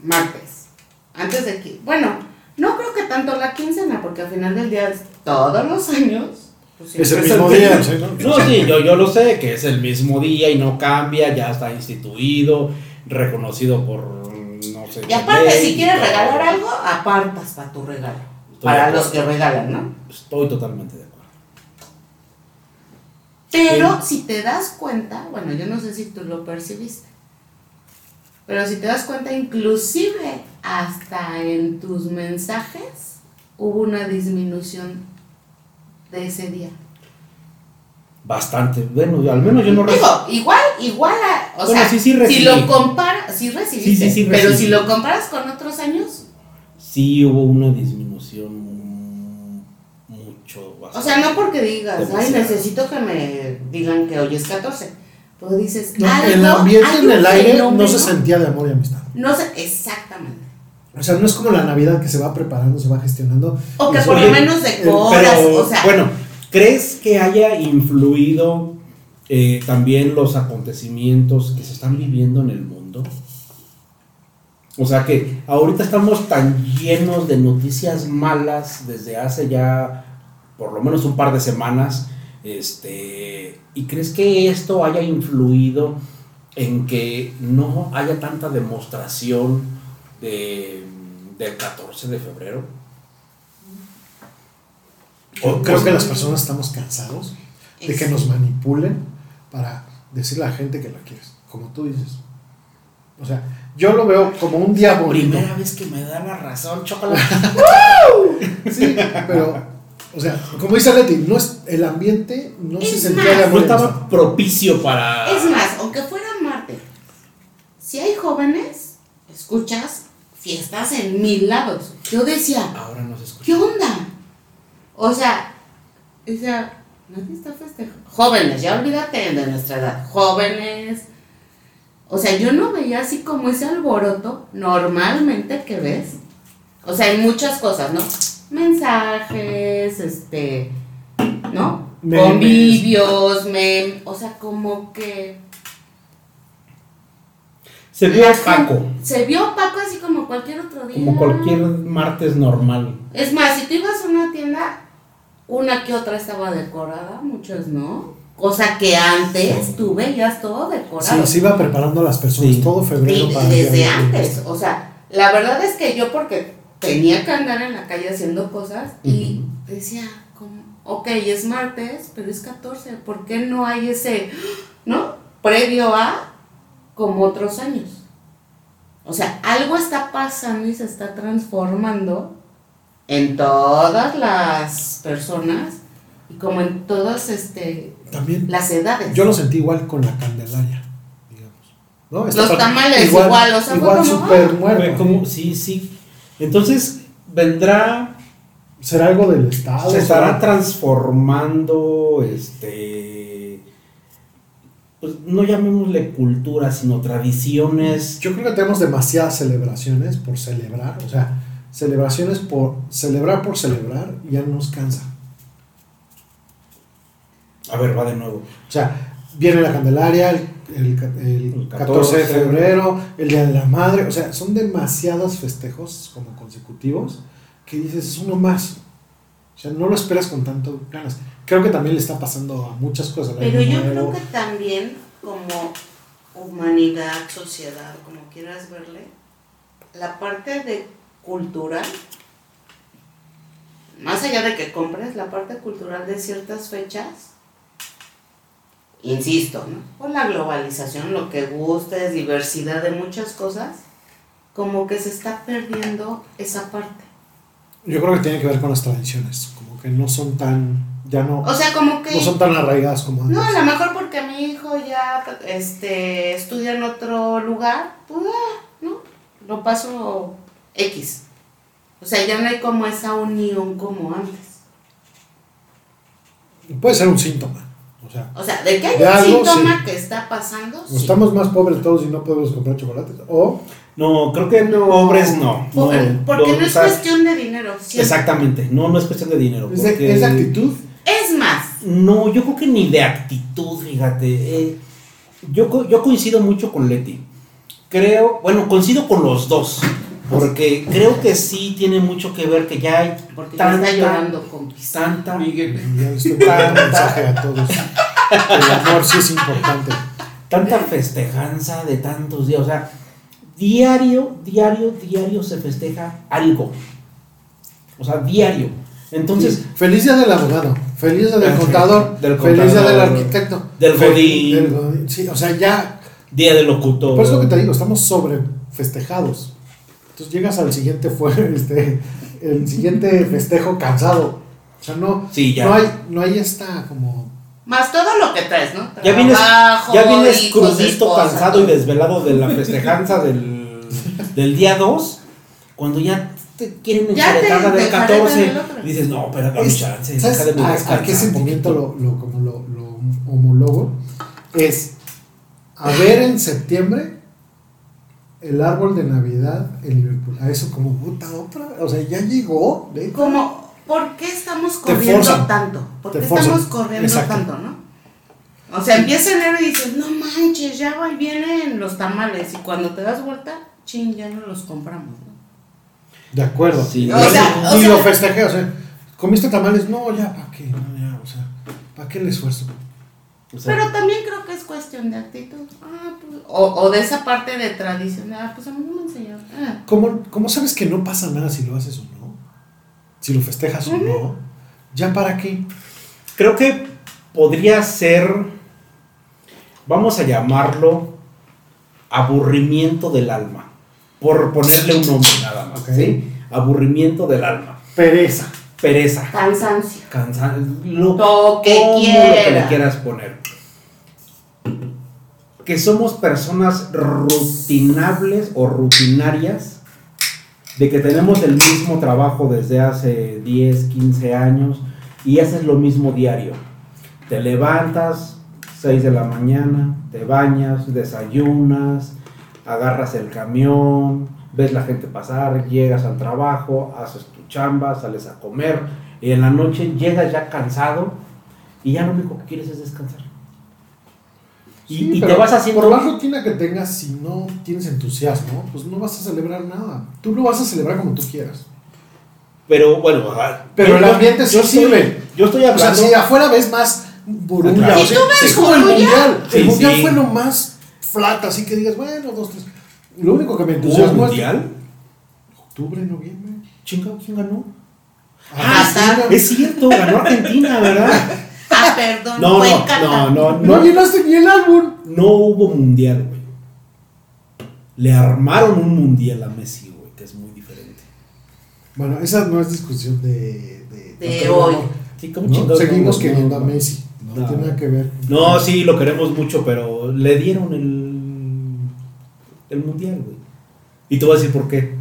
[SPEAKER 2] martes. Antes de que. Bueno, no creo que tanto la quincena, porque al final del día, todos los años. pues,
[SPEAKER 4] Es el
[SPEAKER 2] siempre
[SPEAKER 4] mismo
[SPEAKER 2] es
[SPEAKER 4] día.
[SPEAKER 2] mismo.
[SPEAKER 5] No, sí, yo, yo lo sé, que es el mismo día y no cambia, ya está instituido, reconocido por, no sé.
[SPEAKER 2] Y aparte,
[SPEAKER 5] ley,
[SPEAKER 2] si quieres
[SPEAKER 5] todo.
[SPEAKER 2] regalar algo, apartas para tu regalo.
[SPEAKER 5] Estoy de
[SPEAKER 2] Para
[SPEAKER 5] acuerdo.
[SPEAKER 2] los que regalan, ¿no?
[SPEAKER 5] Estoy totalmente de acuerdo.
[SPEAKER 2] Pero si te das cuenta, bueno, yo no sé si tú lo percibiste, pero si te das cuenta, inclusive hasta en tus mensajes hubo una disminución de ese día.
[SPEAKER 5] Bastante. Bueno, al menos yo no recibo.
[SPEAKER 2] Digo, igual, igual, a- o
[SPEAKER 5] Bueno,
[SPEAKER 2] sea,
[SPEAKER 5] sí, sí
[SPEAKER 2] si
[SPEAKER 5] recibí.
[SPEAKER 2] lo comparas, sí recibiste,
[SPEAKER 5] Sí, sí, sí
[SPEAKER 2] pero
[SPEAKER 5] recibí.
[SPEAKER 2] si lo comparas con otros años,
[SPEAKER 5] Sí hubo una disminución mucho.
[SPEAKER 2] o sea, no porque digas, ay,
[SPEAKER 5] Demasiado.
[SPEAKER 2] necesito que me digan que hoy es 14, pero dices,
[SPEAKER 4] No,
[SPEAKER 2] algo,
[SPEAKER 4] el ambiente
[SPEAKER 2] Ah, hay
[SPEAKER 4] en
[SPEAKER 2] un
[SPEAKER 4] el aire no
[SPEAKER 2] fenómeno.
[SPEAKER 4] se sentía de amor y amistad.
[SPEAKER 2] No sé, exactamente.
[SPEAKER 4] O sea, no es como la Navidad que se va preparando, se va gestionando.
[SPEAKER 2] O que
[SPEAKER 4] Pues,
[SPEAKER 2] por lo
[SPEAKER 5] oye,
[SPEAKER 2] menos decoras,
[SPEAKER 5] Pero,
[SPEAKER 2] o sea,
[SPEAKER 5] bueno, ¿crees que haya influido eh, también los acontecimientos que se están viviendo en el mundo? O sea que ahorita estamos tan llenos de noticias malas desde hace ya por lo menos un par de semanas. Este, ¿Y crees que esto haya influido en que no haya tanta demostración de, del 14 de febrero?
[SPEAKER 4] Yo creo que las personas estamos cansados de que
[SPEAKER 2] es-
[SPEAKER 4] nos manipulen para decirle a la gente que la quieres, como tú dices. O sea, yo lo veo como un día bonito.
[SPEAKER 5] Primera vez que me da la razón, chocolate.
[SPEAKER 4] Pues Sí, pero, o sea, como dice Leti, no es, el ambiente no se
[SPEAKER 2] Es
[SPEAKER 4] sentía de
[SPEAKER 2] más,
[SPEAKER 5] No
[SPEAKER 4] amor. y amistad.
[SPEAKER 5] estaba propicio para.
[SPEAKER 2] Es más, aunque fuera Marte, si hay jóvenes, escuchas fiestas en mil lados. Yo decía,
[SPEAKER 5] Ahora no se escucha.
[SPEAKER 2] ¿qué onda? O sea, o sea, nadie está festejando. Jóvenes, ya olvídate de nuestra edad. Jóvenes. O sea, yo no veía así como ese alboroto normalmente que ves. O sea, hay muchas cosas, ¿no? Mensajes, este, ¿no?
[SPEAKER 4] Memes.
[SPEAKER 2] Convivios, mem, o sea, como que
[SPEAKER 5] Se vio opaco,
[SPEAKER 2] se vio Paco así como cualquier otro día.
[SPEAKER 5] como cualquier martes normal.
[SPEAKER 2] Es más, si tú ibas a una tienda, una que otra estaba decorada, muchas no. Cosa que antes tú veías todo decorado.
[SPEAKER 4] Sí, se iba preparando a las personas
[SPEAKER 5] Sí.
[SPEAKER 4] todo febrero
[SPEAKER 2] Y
[SPEAKER 4] para el Día
[SPEAKER 2] desde
[SPEAKER 4] de la
[SPEAKER 2] antes,
[SPEAKER 4] Fiesta.
[SPEAKER 2] o sea, la verdad es que yo porque tenía que andar en la calle haciendo cosas y decía, como, ok, es martes, pero es 14, ¿por qué no hay ese, no? Previo a como otros años. O sea, algo está pasando y se está transformando en todas las personas y como en todas este,
[SPEAKER 4] También
[SPEAKER 2] las edades.
[SPEAKER 4] yo lo sentí igual con la Candelaria, digamos. ¿no? Esta
[SPEAKER 2] Los
[SPEAKER 4] parte-
[SPEAKER 2] tamales igual, o sea, fue
[SPEAKER 4] igual
[SPEAKER 2] como, ah.
[SPEAKER 4] super
[SPEAKER 5] Fue
[SPEAKER 4] muerto.
[SPEAKER 5] como- sí, sí. Entonces, vendrá
[SPEAKER 4] ¿Será algo del Estado?
[SPEAKER 5] se estará
[SPEAKER 4] ¿Será-
[SPEAKER 5] transformando, este, pues no llamémosle cultura, sino tradiciones.
[SPEAKER 4] Yo creo que tenemos demasiadas celebraciones por celebrar, o sea, celebraciones por celebrar por celebrar ya nos cansa.
[SPEAKER 5] A ver, va de nuevo.
[SPEAKER 4] O sea, viene la Candelaria, el, el ca- el
[SPEAKER 5] El
[SPEAKER 4] 14 de
[SPEAKER 5] 14.
[SPEAKER 4] febrero, el Día de la Madre, o sea, son demasiados festejos como consecutivos que dices, es uno más. O sea, no lo esperas con tanto ganas. Creo que también le está pasando a muchas cosas. al
[SPEAKER 2] Pero
[SPEAKER 4] Año
[SPEAKER 2] yo
[SPEAKER 4] Nuevo.
[SPEAKER 2] creo que también como humanidad, sociedad, como quieras verle, la parte de cultura, más allá de que compres, la parte cultural de ciertas fechas, insisto, ¿no? Con la globalización, lo que gustes, diversidad de muchas cosas, como que se está perdiendo esa parte.
[SPEAKER 4] Yo creo que tiene que ver con las tradiciones, como que no son tan, ya no,
[SPEAKER 2] O sea, como que...
[SPEAKER 4] no Pues son tan arraigadas como antes.
[SPEAKER 2] No, a lo mejor porque mi hijo ya este, estudia en otro lugar, pues, ah, ¿no? Lo paso X. O sea, ya no hay como esa unión como antes.
[SPEAKER 4] Puede ser un síntoma. O sea,
[SPEAKER 2] O sea, de que hay
[SPEAKER 4] De
[SPEAKER 2] un
[SPEAKER 4] algo,
[SPEAKER 2] síntoma
[SPEAKER 4] sí.
[SPEAKER 2] que está pasando,
[SPEAKER 4] o
[SPEAKER 2] sí.
[SPEAKER 4] estamos más pobres todos y no podemos comprar chocolates. O
[SPEAKER 5] No, creo que no, pobres no.
[SPEAKER 2] Por- Pues, porque no,
[SPEAKER 5] o
[SPEAKER 2] es
[SPEAKER 5] sea,
[SPEAKER 2] cuestión de dinero. siempre.
[SPEAKER 5] Exactamente, no, no es cuestión de dinero.
[SPEAKER 4] es, de-
[SPEAKER 5] porque-
[SPEAKER 4] es de actitud.
[SPEAKER 2] Es más,
[SPEAKER 5] No, yo creo que ni de actitud, fíjate. Eh, yo, co- yo coincido mucho con Leti. Creo, bueno, coincido con los dos. Porque creo que sí tiene mucho que ver que ya hay
[SPEAKER 2] porque ya
[SPEAKER 5] tanta-
[SPEAKER 2] está llorando, compis.
[SPEAKER 5] tanta
[SPEAKER 1] Miguel.
[SPEAKER 4] Ya les estoy mandando un mensaje a todos. El amor sí es importante.
[SPEAKER 5] tanta festejanza de tantos días. O sea, diario, diario, diario se festeja algo. O sea, diario. Entonces,
[SPEAKER 4] Feliz día del abogado, feliz día del
[SPEAKER 5] Ajá.
[SPEAKER 4] contador,
[SPEAKER 5] Del
[SPEAKER 4] feliz día del
[SPEAKER 5] contador,
[SPEAKER 4] arquitecto,
[SPEAKER 5] del
[SPEAKER 4] Fe-
[SPEAKER 5] godín.
[SPEAKER 4] del godín. Sí, o sea, ya.
[SPEAKER 5] día del locutor.
[SPEAKER 4] Por eso que te digo, estamos sobre festejados. Entonces llegas al siguiente fue este, el siguiente festejo cansado. O sea, no,
[SPEAKER 5] Sí, ya.
[SPEAKER 4] no hay, no hay esta como
[SPEAKER 2] Más todo lo que traes, ¿no?
[SPEAKER 5] ya vienes,
[SPEAKER 2] Trabajo,
[SPEAKER 5] ya vienes
[SPEAKER 2] hijos,
[SPEAKER 5] crudito,
[SPEAKER 2] esposa,
[SPEAKER 5] cansado y
[SPEAKER 2] todo.
[SPEAKER 5] desvelado de la festejanza del, del día 2, cuando ya te quieren
[SPEAKER 2] Ya te-
[SPEAKER 5] encharetar la
[SPEAKER 2] te
[SPEAKER 5] del
[SPEAKER 2] enjaretan
[SPEAKER 5] 14,
[SPEAKER 2] el otro.
[SPEAKER 5] dices, no, pero dame
[SPEAKER 4] Es-
[SPEAKER 5] chance,
[SPEAKER 4] ¿Sabes
[SPEAKER 5] déjame
[SPEAKER 4] a, a
[SPEAKER 5] descansar
[SPEAKER 4] qué
[SPEAKER 5] un
[SPEAKER 4] sentimiento
[SPEAKER 5] poquito".
[SPEAKER 4] lo, lo- como lo, lo homologo? Es a ver en septiembre el árbol de Navidad en Liverpool. A eso como puta otra. O sea, ya llegó. ¿ve?
[SPEAKER 2] como, ¿por qué estamos
[SPEAKER 4] Te
[SPEAKER 2] corriendo
[SPEAKER 4] forzan.
[SPEAKER 2] tanto? ¿Por
[SPEAKER 4] Te
[SPEAKER 2] qué
[SPEAKER 4] forzan.
[SPEAKER 2] estamos corriendo
[SPEAKER 4] Exacto.
[SPEAKER 2] tanto, no? O sea, empieza enero y dices, no manches, ya va y vienen los tamales. Y cuando te das vuelta, ching, ya no los compramos. ¿no?
[SPEAKER 4] De acuerdo.
[SPEAKER 5] Sí.
[SPEAKER 4] Yo
[SPEAKER 5] O
[SPEAKER 2] sea,
[SPEAKER 4] ni
[SPEAKER 2] o
[SPEAKER 4] lo
[SPEAKER 2] sea-
[SPEAKER 4] festejé. O sea, ¿comiste tamales? No, ya, ¿para qué? No, ya, o sea, ¿para qué el esfuerzo?
[SPEAKER 5] O sea,
[SPEAKER 2] Pero también creo que es cuestión de actitud. Ah, pues, o, o de esa parte de tradición. Ah, pues a mí no me enseñaron. Ah.
[SPEAKER 4] ¿Cómo, cómo sabes que no pasa nada si lo haces o no? Si lo festejas o no. ¿Ya para qué?
[SPEAKER 5] creo que podría ser, vamos a llamarlo, aburrimiento del alma, por ponerle un nombre nada más,
[SPEAKER 4] Ok.
[SPEAKER 5] ¿sí? Aburrimiento del alma,
[SPEAKER 4] Pereza.
[SPEAKER 5] pereza,
[SPEAKER 2] Cansancio.
[SPEAKER 5] cansancio,
[SPEAKER 2] Lo que
[SPEAKER 5] como Lo que
[SPEAKER 2] quieras.
[SPEAKER 5] le quieras poner. Que somos personas rutinables o rutinarias, de que tenemos el mismo trabajo desde hace 10, 15 años y haces lo mismo diario. Te levantas 6 de la mañana, te bañas, desayunas, agarras el camión, ves la gente pasar, llegas al trabajo, haces tu chamba, sales a comer y en la noche llegas ya cansado y ya lo único que quieres es descansar. Y,
[SPEAKER 4] Sí,
[SPEAKER 5] y te
[SPEAKER 4] pero
[SPEAKER 5] vas haciendo...
[SPEAKER 4] Por más rutina que tengas, si no tienes entusiasmo, pues no vas a celebrar nada. Tú lo vas a celebrar como tú quieras.
[SPEAKER 5] Pero bueno, ajá.
[SPEAKER 4] Pero el
[SPEAKER 5] yo-
[SPEAKER 4] ambiente sí
[SPEAKER 5] yo estoy-
[SPEAKER 4] sirve.
[SPEAKER 5] Yo estoy
[SPEAKER 4] O sea,
[SPEAKER 5] hablando...
[SPEAKER 4] si afuera ves más Burulla.
[SPEAKER 5] Claro.
[SPEAKER 4] o sea,
[SPEAKER 2] ¿Y tú ves
[SPEAKER 4] es como el
[SPEAKER 2] Burulla?
[SPEAKER 4] mundial.
[SPEAKER 5] Sí,
[SPEAKER 4] el mundial
[SPEAKER 5] sí.
[SPEAKER 4] fue lo más flat, así que digas, bueno, dos, tres. Lo único que me entusiasmó es octubre, noviembre.
[SPEAKER 5] Chingado, ¿quién ganó?
[SPEAKER 2] Ah,
[SPEAKER 4] Argentina.
[SPEAKER 2] está.
[SPEAKER 5] Es cierto, ganó Argentina, ¿verdad?
[SPEAKER 2] Ah, perdón,
[SPEAKER 5] No,
[SPEAKER 2] fue en
[SPEAKER 5] no,
[SPEAKER 2] Qatar.
[SPEAKER 5] no, no,
[SPEAKER 4] No
[SPEAKER 5] no,
[SPEAKER 4] llenaste ni el álbum.
[SPEAKER 5] no hubo mundial, güey. Le armaron un mundial a Messi, güey, que es muy diferente.
[SPEAKER 4] Bueno, esa no es discusión de. De,
[SPEAKER 2] De
[SPEAKER 4] no,
[SPEAKER 2] hoy.
[SPEAKER 5] Sí,
[SPEAKER 4] ¿no?
[SPEAKER 5] ¿cómo chingados
[SPEAKER 4] Seguimos
[SPEAKER 5] no,
[SPEAKER 4] queriendo
[SPEAKER 5] no,
[SPEAKER 4] a Messi. No,
[SPEAKER 5] No.
[SPEAKER 4] tiene nada que ver.
[SPEAKER 5] No, sí, lo queremos mucho, pero le dieron el, el mundial, güey. Y te voy a decir por qué.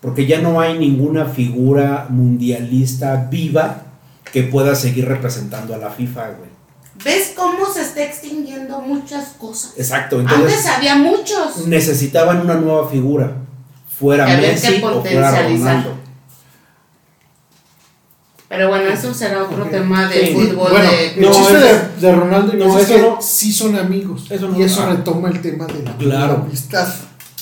[SPEAKER 5] Porque ya no hay ninguna figura mundialista viva que pueda seguir representando a la FIFA, güey.
[SPEAKER 2] ¿Ves cómo se está extinguiendo muchas cosas?
[SPEAKER 5] Exacto, entonces
[SPEAKER 2] Antes había muchos.
[SPEAKER 5] necesitaban una nueva figura, fuera
[SPEAKER 2] Que había que
[SPEAKER 5] Messi o fuera
[SPEAKER 2] potencializar.
[SPEAKER 5] Ronaldo.
[SPEAKER 2] Pero bueno, eso será otro
[SPEAKER 4] Ok.
[SPEAKER 2] tema de
[SPEAKER 5] Sí,
[SPEAKER 2] fútbol.
[SPEAKER 4] Bueno,
[SPEAKER 2] de...
[SPEAKER 4] el
[SPEAKER 5] no,
[SPEAKER 4] chiste
[SPEAKER 5] eso-
[SPEAKER 4] de, de Ronaldo y
[SPEAKER 5] no,
[SPEAKER 4] Messi es
[SPEAKER 5] eso
[SPEAKER 4] que
[SPEAKER 5] no.
[SPEAKER 4] sí son amigos.
[SPEAKER 5] Eso no.
[SPEAKER 4] y eso
[SPEAKER 5] Ah.
[SPEAKER 4] retoma el tema de la
[SPEAKER 5] Claro.
[SPEAKER 4] la amistad.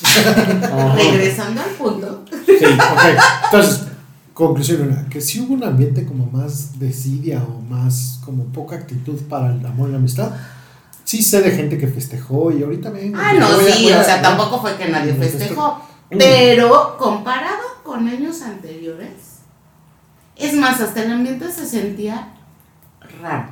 [SPEAKER 5] Ajá.
[SPEAKER 2] Regresando al punto.
[SPEAKER 5] Sí.
[SPEAKER 4] Ok, entonces, conclusión una, que si hubo un ambiente como más desidia o más como poca actitud para el amor y la amistad, sí sé de gente que festejó y ahorita vengo.
[SPEAKER 2] Ah, no,
[SPEAKER 4] voy a-
[SPEAKER 2] sí,
[SPEAKER 4] voy a-
[SPEAKER 2] o sea, tampoco fue que nadie
[SPEAKER 4] No,
[SPEAKER 2] festejó. Pero comparado con años anteriores, es más, hasta el ambiente se sentía raro.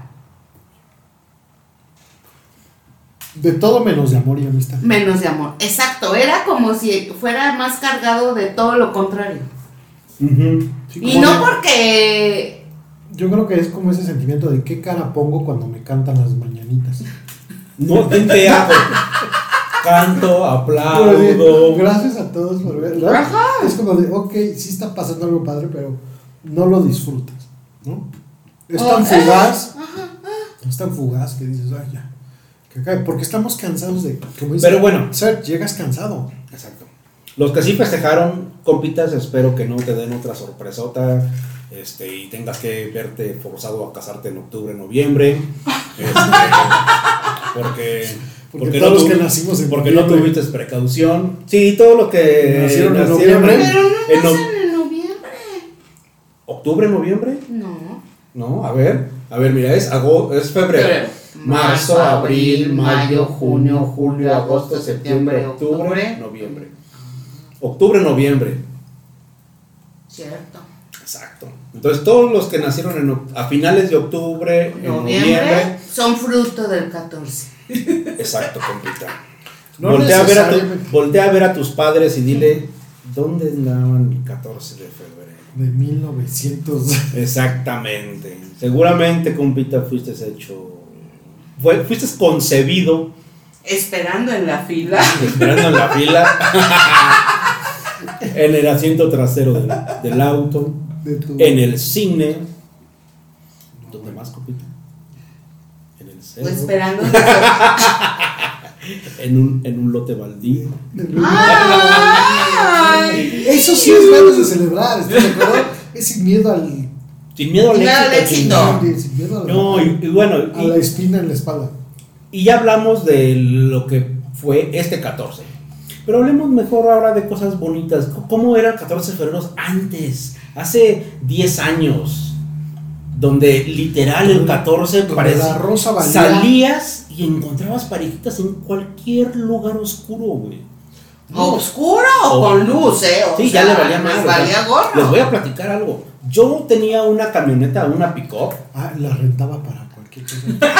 [SPEAKER 4] De todo menos de amor y amistad.
[SPEAKER 2] Menos de amor. Exacto, era como si fuera más cargado de todo lo contrario.
[SPEAKER 5] Ujú.
[SPEAKER 4] Sí,
[SPEAKER 2] Y
[SPEAKER 4] como
[SPEAKER 2] no
[SPEAKER 4] de-
[SPEAKER 2] porque
[SPEAKER 4] Yo creo que es como ese sentimiento de qué cara pongo cuando me cantan las mañanitas.
[SPEAKER 5] No, te hago. Canto,
[SPEAKER 4] Pero sí,
[SPEAKER 5] aplaudo.
[SPEAKER 4] gracias a todos por ver. ¿no? Es como de, ok, sí está pasando algo padre, pero no lo disfrutas, ¿no? Es tan fugaz, es tan fugaz que dices, ay, ya, que acabe", porque estamos cansados de, como dice,
[SPEAKER 5] Pero bueno.
[SPEAKER 4] Ser, llegas cansado.
[SPEAKER 5] Exacto. Los que sí festejaron, compitas, espero que no te den otra sorpresota este, y tengas que verte forzado a casarte en octubre, noviembre. este, porque.
[SPEAKER 4] Porque todos los
[SPEAKER 5] tuvi-
[SPEAKER 4] que nacimos en
[SPEAKER 5] porque no
[SPEAKER 4] noviembre.
[SPEAKER 5] tuviste precaución. Sí, todo lo que
[SPEAKER 4] Nacieron en
[SPEAKER 5] en,
[SPEAKER 4] noviembre.
[SPEAKER 2] Pero no
[SPEAKER 5] en no-
[SPEAKER 2] nacen en noviembre.
[SPEAKER 5] octubre, noviembre.
[SPEAKER 2] No.
[SPEAKER 5] No, a ver, a ver, mira, es, ago- es febrero.
[SPEAKER 2] Febrero.
[SPEAKER 5] Marzo, abril, mayo, junio, julio, agosto, septiembre, octubre, noviembre. Octubre, noviembre.
[SPEAKER 2] Cierto.
[SPEAKER 5] Exacto. Entonces, todos los que nacieron en oc- a finales de octubre, en
[SPEAKER 2] Noviembre
[SPEAKER 5] noviembre.
[SPEAKER 2] son fruto del 14.
[SPEAKER 5] Exacto, compita.
[SPEAKER 4] No
[SPEAKER 5] voltea, a ver a tu-
[SPEAKER 4] necesariamente.
[SPEAKER 5] voltea a ver a tus padres y dile, ¿dónde andaban el 14 de febrero?
[SPEAKER 4] De 1900.
[SPEAKER 5] Exactamente. Seguramente, compita, fuiste hecho. fue- fuiste concebido
[SPEAKER 2] Esperando en la fila.
[SPEAKER 5] esperando en la fila. en el asiento trasero del, del auto.
[SPEAKER 4] De tu,
[SPEAKER 5] En el cine. ¿Dónde más, compita? En el
[SPEAKER 2] o
[SPEAKER 5] cerro.
[SPEAKER 4] Pues
[SPEAKER 2] esperando.
[SPEAKER 5] En un, en un lote baldío.
[SPEAKER 4] del-
[SPEAKER 2] Ah. ¡Ay!
[SPEAKER 4] Eso sí es ganas de celebrar, ¿estás de acuerdo? Es sin miedo al.
[SPEAKER 5] Sin miedo al
[SPEAKER 2] Sin miedo al
[SPEAKER 5] éxito.
[SPEAKER 2] éxito.
[SPEAKER 5] chingada.
[SPEAKER 4] sin miedo a la,
[SPEAKER 5] No, y, y bueno,
[SPEAKER 4] a la
[SPEAKER 5] y,
[SPEAKER 4] espina en la espalda.
[SPEAKER 5] y ya hablamos de lo que fue este 14. Pero hablemos mejor ahora de cosas bonitas. C- ¿Cómo era el 14 de febrero antes? Hace 10 años. Donde literal el 14
[SPEAKER 4] Donde
[SPEAKER 5] parecía-
[SPEAKER 4] la rosa valía.
[SPEAKER 5] Salías y encontrabas parejitas en cualquier lugar oscuro, güey.
[SPEAKER 2] Oscuro o
[SPEAKER 5] Oh.
[SPEAKER 2] con luz, ¿eh? O
[SPEAKER 5] Sí,
[SPEAKER 2] sea,
[SPEAKER 5] ya le valía más.
[SPEAKER 2] les
[SPEAKER 5] o sea,
[SPEAKER 2] valía gorro.
[SPEAKER 5] Les voy a platicar algo. Yo tenía una camioneta, una pick-up.
[SPEAKER 4] Ah, la rentaba para cualquier cosa.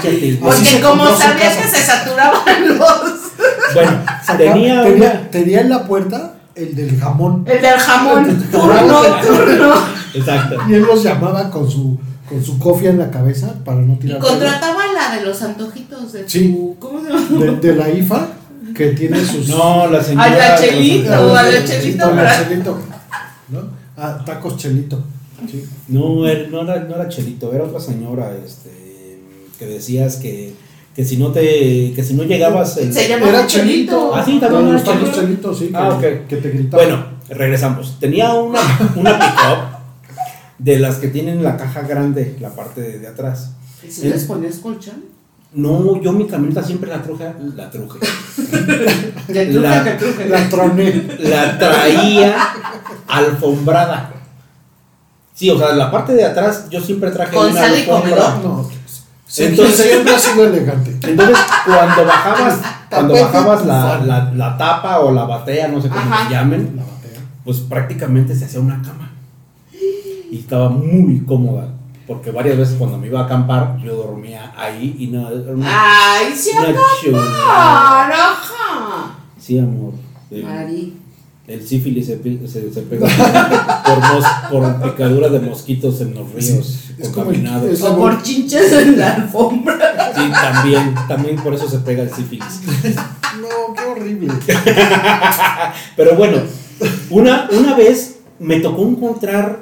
[SPEAKER 5] Cállate, güey.
[SPEAKER 4] Así
[SPEAKER 2] Porque
[SPEAKER 4] se
[SPEAKER 2] como
[SPEAKER 4] compró su
[SPEAKER 2] sabías
[SPEAKER 4] casa.
[SPEAKER 2] que se saturaban los.
[SPEAKER 5] Bueno,
[SPEAKER 4] Sacaba-
[SPEAKER 5] tenía, una.
[SPEAKER 4] tenía en la puerta el del jamón
[SPEAKER 2] El del jamón. Turno, turno.
[SPEAKER 5] Exacto.
[SPEAKER 4] y él los llamaba con su con su cofia en la cabeza para no
[SPEAKER 2] Y
[SPEAKER 4] tirar
[SPEAKER 2] contrataba la de los antojitos de
[SPEAKER 4] Sí.
[SPEAKER 2] tu- ¿Cómo se llama?
[SPEAKER 4] de, de la IFA que tiene sus
[SPEAKER 5] No, la señora.
[SPEAKER 2] Ay, la
[SPEAKER 5] de los
[SPEAKER 2] Chelito,
[SPEAKER 5] antojos.
[SPEAKER 2] a la Chelito,
[SPEAKER 4] a la
[SPEAKER 2] ¿verdad?
[SPEAKER 4] Chelito, ¿no? Ah, tacos chelito sí.
[SPEAKER 5] No, era- no, era, no era Chelito, era otra señora este, que decías que, que si no te. que si no llegabas. el-
[SPEAKER 2] Se llama-
[SPEAKER 4] era
[SPEAKER 2] Tacos Chelito.
[SPEAKER 4] chelito
[SPEAKER 5] Ah, sí, también
[SPEAKER 4] No,
[SPEAKER 5] era
[SPEAKER 4] los tacos
[SPEAKER 5] Chelito.
[SPEAKER 4] chelito sí que,
[SPEAKER 5] Ah, ok.
[SPEAKER 4] que te gritaban
[SPEAKER 5] Bueno, regresamos. Tenía una, una pick-up de las que tienen la caja grande, la parte de, de atrás.
[SPEAKER 2] ¿Y si les ponías colchón?
[SPEAKER 5] No, yo mi camioneta siempre la truje. La truje.
[SPEAKER 2] De truje,
[SPEAKER 5] La-
[SPEAKER 2] de truje.
[SPEAKER 4] la troné
[SPEAKER 5] la traía alfombrada. Sí, o sea, la parte de atrás yo siempre traje
[SPEAKER 2] Con
[SPEAKER 5] una
[SPEAKER 2] sal y
[SPEAKER 5] alfombra.
[SPEAKER 2] comedor.
[SPEAKER 4] no Entonces
[SPEAKER 5] Entonces-
[SPEAKER 4] siempre ha sido elegante.
[SPEAKER 5] Entonces, cuando bajabas, cuando
[SPEAKER 4] Tampoco
[SPEAKER 5] bajabas
[SPEAKER 4] es
[SPEAKER 5] la,
[SPEAKER 4] necesario.
[SPEAKER 5] la- la tapa o la batea, no sé cómo
[SPEAKER 2] Ajá.
[SPEAKER 5] se llamen,
[SPEAKER 4] La batea.
[SPEAKER 5] pues prácticamente se hacía una cama. Y estaba muy cómoda. Porque varias veces cuando me iba a acampar, yo dormía ahí y no. Era una,
[SPEAKER 2] Ay, Ah, sí,
[SPEAKER 5] una chulada.
[SPEAKER 2] caraja.
[SPEAKER 5] Sí, amor. El,
[SPEAKER 2] Mari.
[SPEAKER 5] el sífilis se, pe- se- se pega por, mos- por picadura de mosquitos en los ríos
[SPEAKER 4] Es como el-
[SPEAKER 5] contaminados.
[SPEAKER 4] es-
[SPEAKER 2] O por chinches en la alfombra.
[SPEAKER 5] Sí, también, también por eso se pega el sífilis.
[SPEAKER 4] No, qué horrible.
[SPEAKER 5] Pero bueno, una, una vez me tocó encontrar